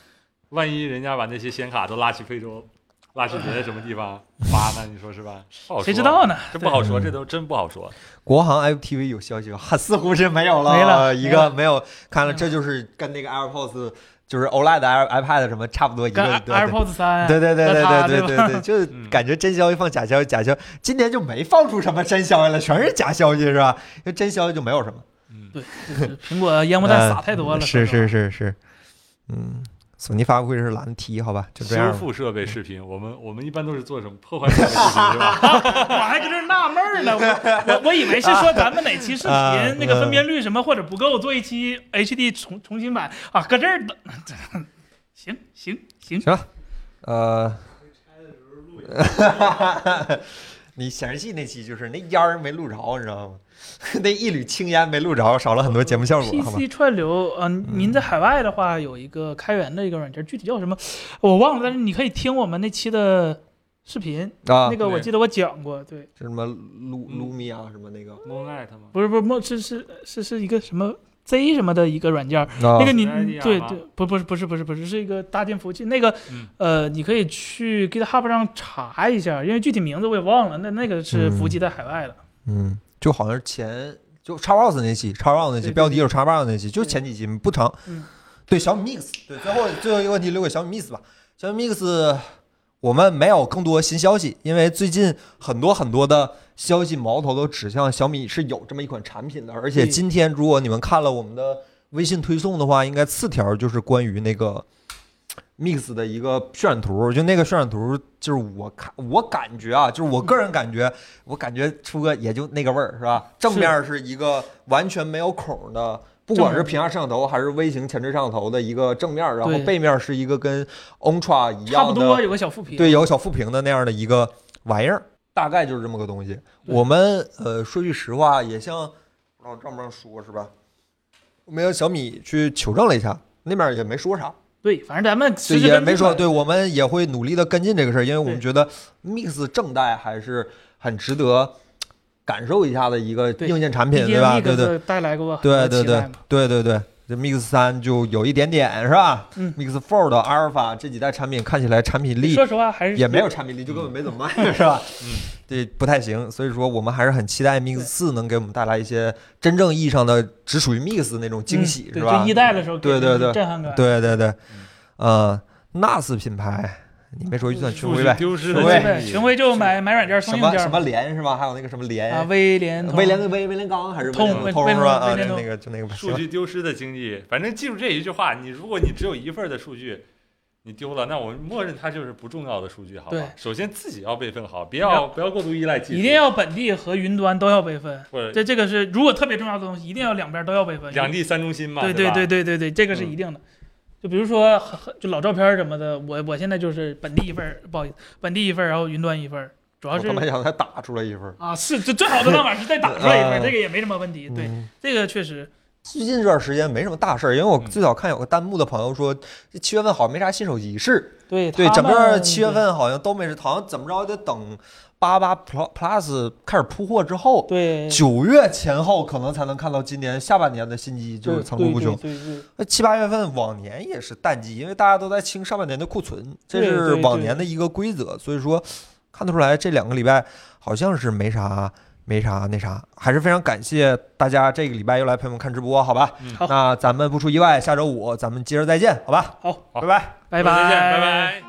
C: 万一人家把那些显卡都拉去非洲，拉去别的什么地 方发呢？你说是吧？不好说
A: 谁知？道呢？啊
C: 这不好说，
B: 嗯
C: 这都真不好说。
B: 国航 FTV 有消息吗？哈似乎是没有了，
A: 没了
B: 一
A: 没
B: 个
A: 了
B: 没有。看
A: 没了
B: 了，这就是跟那个 AirPods 就是 OLED 的 Air iPad 什么差不多一
A: 跟
B: 个
A: Air-
B: 对对
A: AirPods 三，
B: 对对对
A: 和它
B: 对对
A: 对
B: 对对，就是
C: 嗯
B: 感觉真消息放假消息，假消息今年就没放出什么真消息了， 全是假消息是吧？因为真消息就没有什么。
C: 嗯，
A: 对，就是苹果烟幕弹
B: 呃
A: 撒太多了。说
B: 是
A: 实
B: 是
A: 话，
B: 是是，嗯，索尼发布会是懒得提，好吧，就这样
C: 修
B: 吧。
C: 复设备视频，我们我们一般都是做什么破坏设备视频是吧？
A: 我还搁这儿纳闷儿呢，我我我以为是说咱们哪期视
B: 啊
A: 频那个分辨率什么或者不够，做一期 HD 重重新版啊，搁这儿等， 行行行，
B: 呃， 你显示器那期就是那烟儿没录着，你知道吗？ 那一缕青烟没录着，少了很多节目效果，好吧？嗯
A: PC 串流，呃，您在海外的话有一个开源的一个软件，具体叫什么我忘了，但是你可以听我们那期的视频，
B: 啊
A: 那，个我
C: 对
A: 记得我讲过，对，
B: 是什么卢卢米啊，什么那个
C: Moonlight 吗？
A: 不是不是梦是是是是一个什么 Z 什么的一个软件，
B: 啊
A: 那个你
C: 是 IDEA
A: 对
C: 吗
A: 对，不不是不是不是不是是一个搭建服务器，那个
C: 嗯
A: 呃，你可以去 GitHub 上查一下，因为具体名字我也忘了。那那个是服务器在海外的，
B: 嗯，就好像是前就叉 box 那期，叉 box 那期
A: 对对
B: 标题就是叉 box 那期，就
A: 对
B: 前几期不长。
A: 嗯
B: 对小米 mix，对最后最后一个问题留给小米 mix 吧。小米 mix 呃我们没有更多新消息，因为最近很多很多的消息矛头都指向小米是有这么一款产品的，而且
A: 嗯
B: 今天如果你们看了我们的微信推送的话，应该次条就是关于那个 mix 的一个渲染图，就那个渲染图就是我看我感觉啊，就是我个人感觉，我感觉出个也就那个味儿是吧？正面是一个完全没有孔的。不管是平价摄像头还是微型前置摄像头的一个正面，然后
A: 对
B: 背面是一个跟 Ultra 一
A: 差不
B: 样的
A: 多有个小复评。
B: 对，有小副屏的那样的一个玩意儿，大概就是这么个东西。
A: 对
B: 我们呃，说句实话，也像不知道让不让说是吧？我们让小米去求证了一下，那边也没说啥，
A: 对，反正咱们
B: 对，
A: 实时
B: 也
A: 跟
B: 没
A: 进
B: 说。
A: 吧
B: 对，我们也会努力的跟进这个事儿，因为我们
A: 对
B: 觉得 Mix 正代还是很值得感受一下的一个
A: 对
B: 硬件产
A: 毕
B: 品，
A: 竟
B: 对吧？对
A: Mix
B: 对。
A: 带来过很
B: 对
A: 多
B: 对
A: 期
B: 对
A: 待嘛。
B: 对对对，这 Mix 三就有一点点是吧？
A: 嗯
B: ，Mix Four 的 Alpha 这几代产品看起来产品力
A: 说实话还是嗯
B: 也没有产品力，就根本没怎么 卖，是吧？
C: 嗯，
B: 对，不太行。所以说，我们还是很期待 Mix 四能给我们带来一些真正意义上的只属于 Mix 那种惊喜，
A: 嗯
B: 是
A: 对，
B: 吧
A: 就一？代嗯的时候给
B: 对对对
A: 震撼感。
B: 对对对，呃，NAS 品牌，你没说预
A: 嗯
B: 算群
C: 数
B: 晖
C: 据
B: 呗？
C: 丢失
B: 对
C: 的
B: 对
C: 记忆
A: 巡回就买买软件送
B: 什
A: 硬
B: 么什
A: 件
B: 么
A: 嘛
B: 联是吧？还有那个什么联呃
A: 啊，威廉
B: 威廉威威廉刚还是
A: 通
B: 威廉
A: 威
B: 通是吧？啊，
A: 威
B: 那
A: 廉通
B: 那个就那个吧行
C: 数
B: 吧
C: 据丢失的经济，反正记住这一句话，你如果你只有一份儿的数据，你丢了，那我默认它就是不重要的数据，好吧
A: 对？
C: 首先自己要备份好，别
A: 要
C: 要不要过度依赖技术，
A: 一定要本地和云端都要备份。
C: 或者
A: 这这个是如果特别重要的东西，一定要两边都要备份。
C: 两地三中心嘛，
A: 对
C: 对
A: 对
C: 吧
A: 对对对对，这个是一定的。就比如说很很就老照片什么的，我我现在就是本地一份儿，不好意思，本地一份儿，然后云端一份儿，主要
B: 我
A: 是
B: 刚才想他打出来一份儿。
A: 啊是这最好的办法是再打出来一份 儿，
B: 嗯
A: 这个也没什么问题。对，
B: 嗯
A: 这个确实
B: 最近这段时间没什么大事儿，因为我
A: 嗯
B: 最早看有个弹幕的朋友说，这七月份好像没啥新手机，是
A: 对
B: 对，
A: 他
B: 整个
A: 们
B: 七月份好像都没事，好像怎么着也得等八八 Plus Plus 开始铺货之后，
A: 对
B: 九月前后可能才能看到今年下半年的新机，就是层出不穷。
A: 对对对
B: 那七八月份往年也是淡季，因为大家都在清上半年的库存，这
A: 对
B: 是
A: 对
B: 往
A: 对
B: 年的一个规则，所以说看得出来这两个礼拜好像是没啥。没啥那啥，还是非常感谢大家这个礼拜又来陪我们看直播，好吧？
C: 嗯
A: 好
B: 那咱们不出意外，下周五咱们接着再见，好吧？
A: 好，
B: 拜拜。
A: 拜
C: 再
A: 拜
C: 见，拜拜。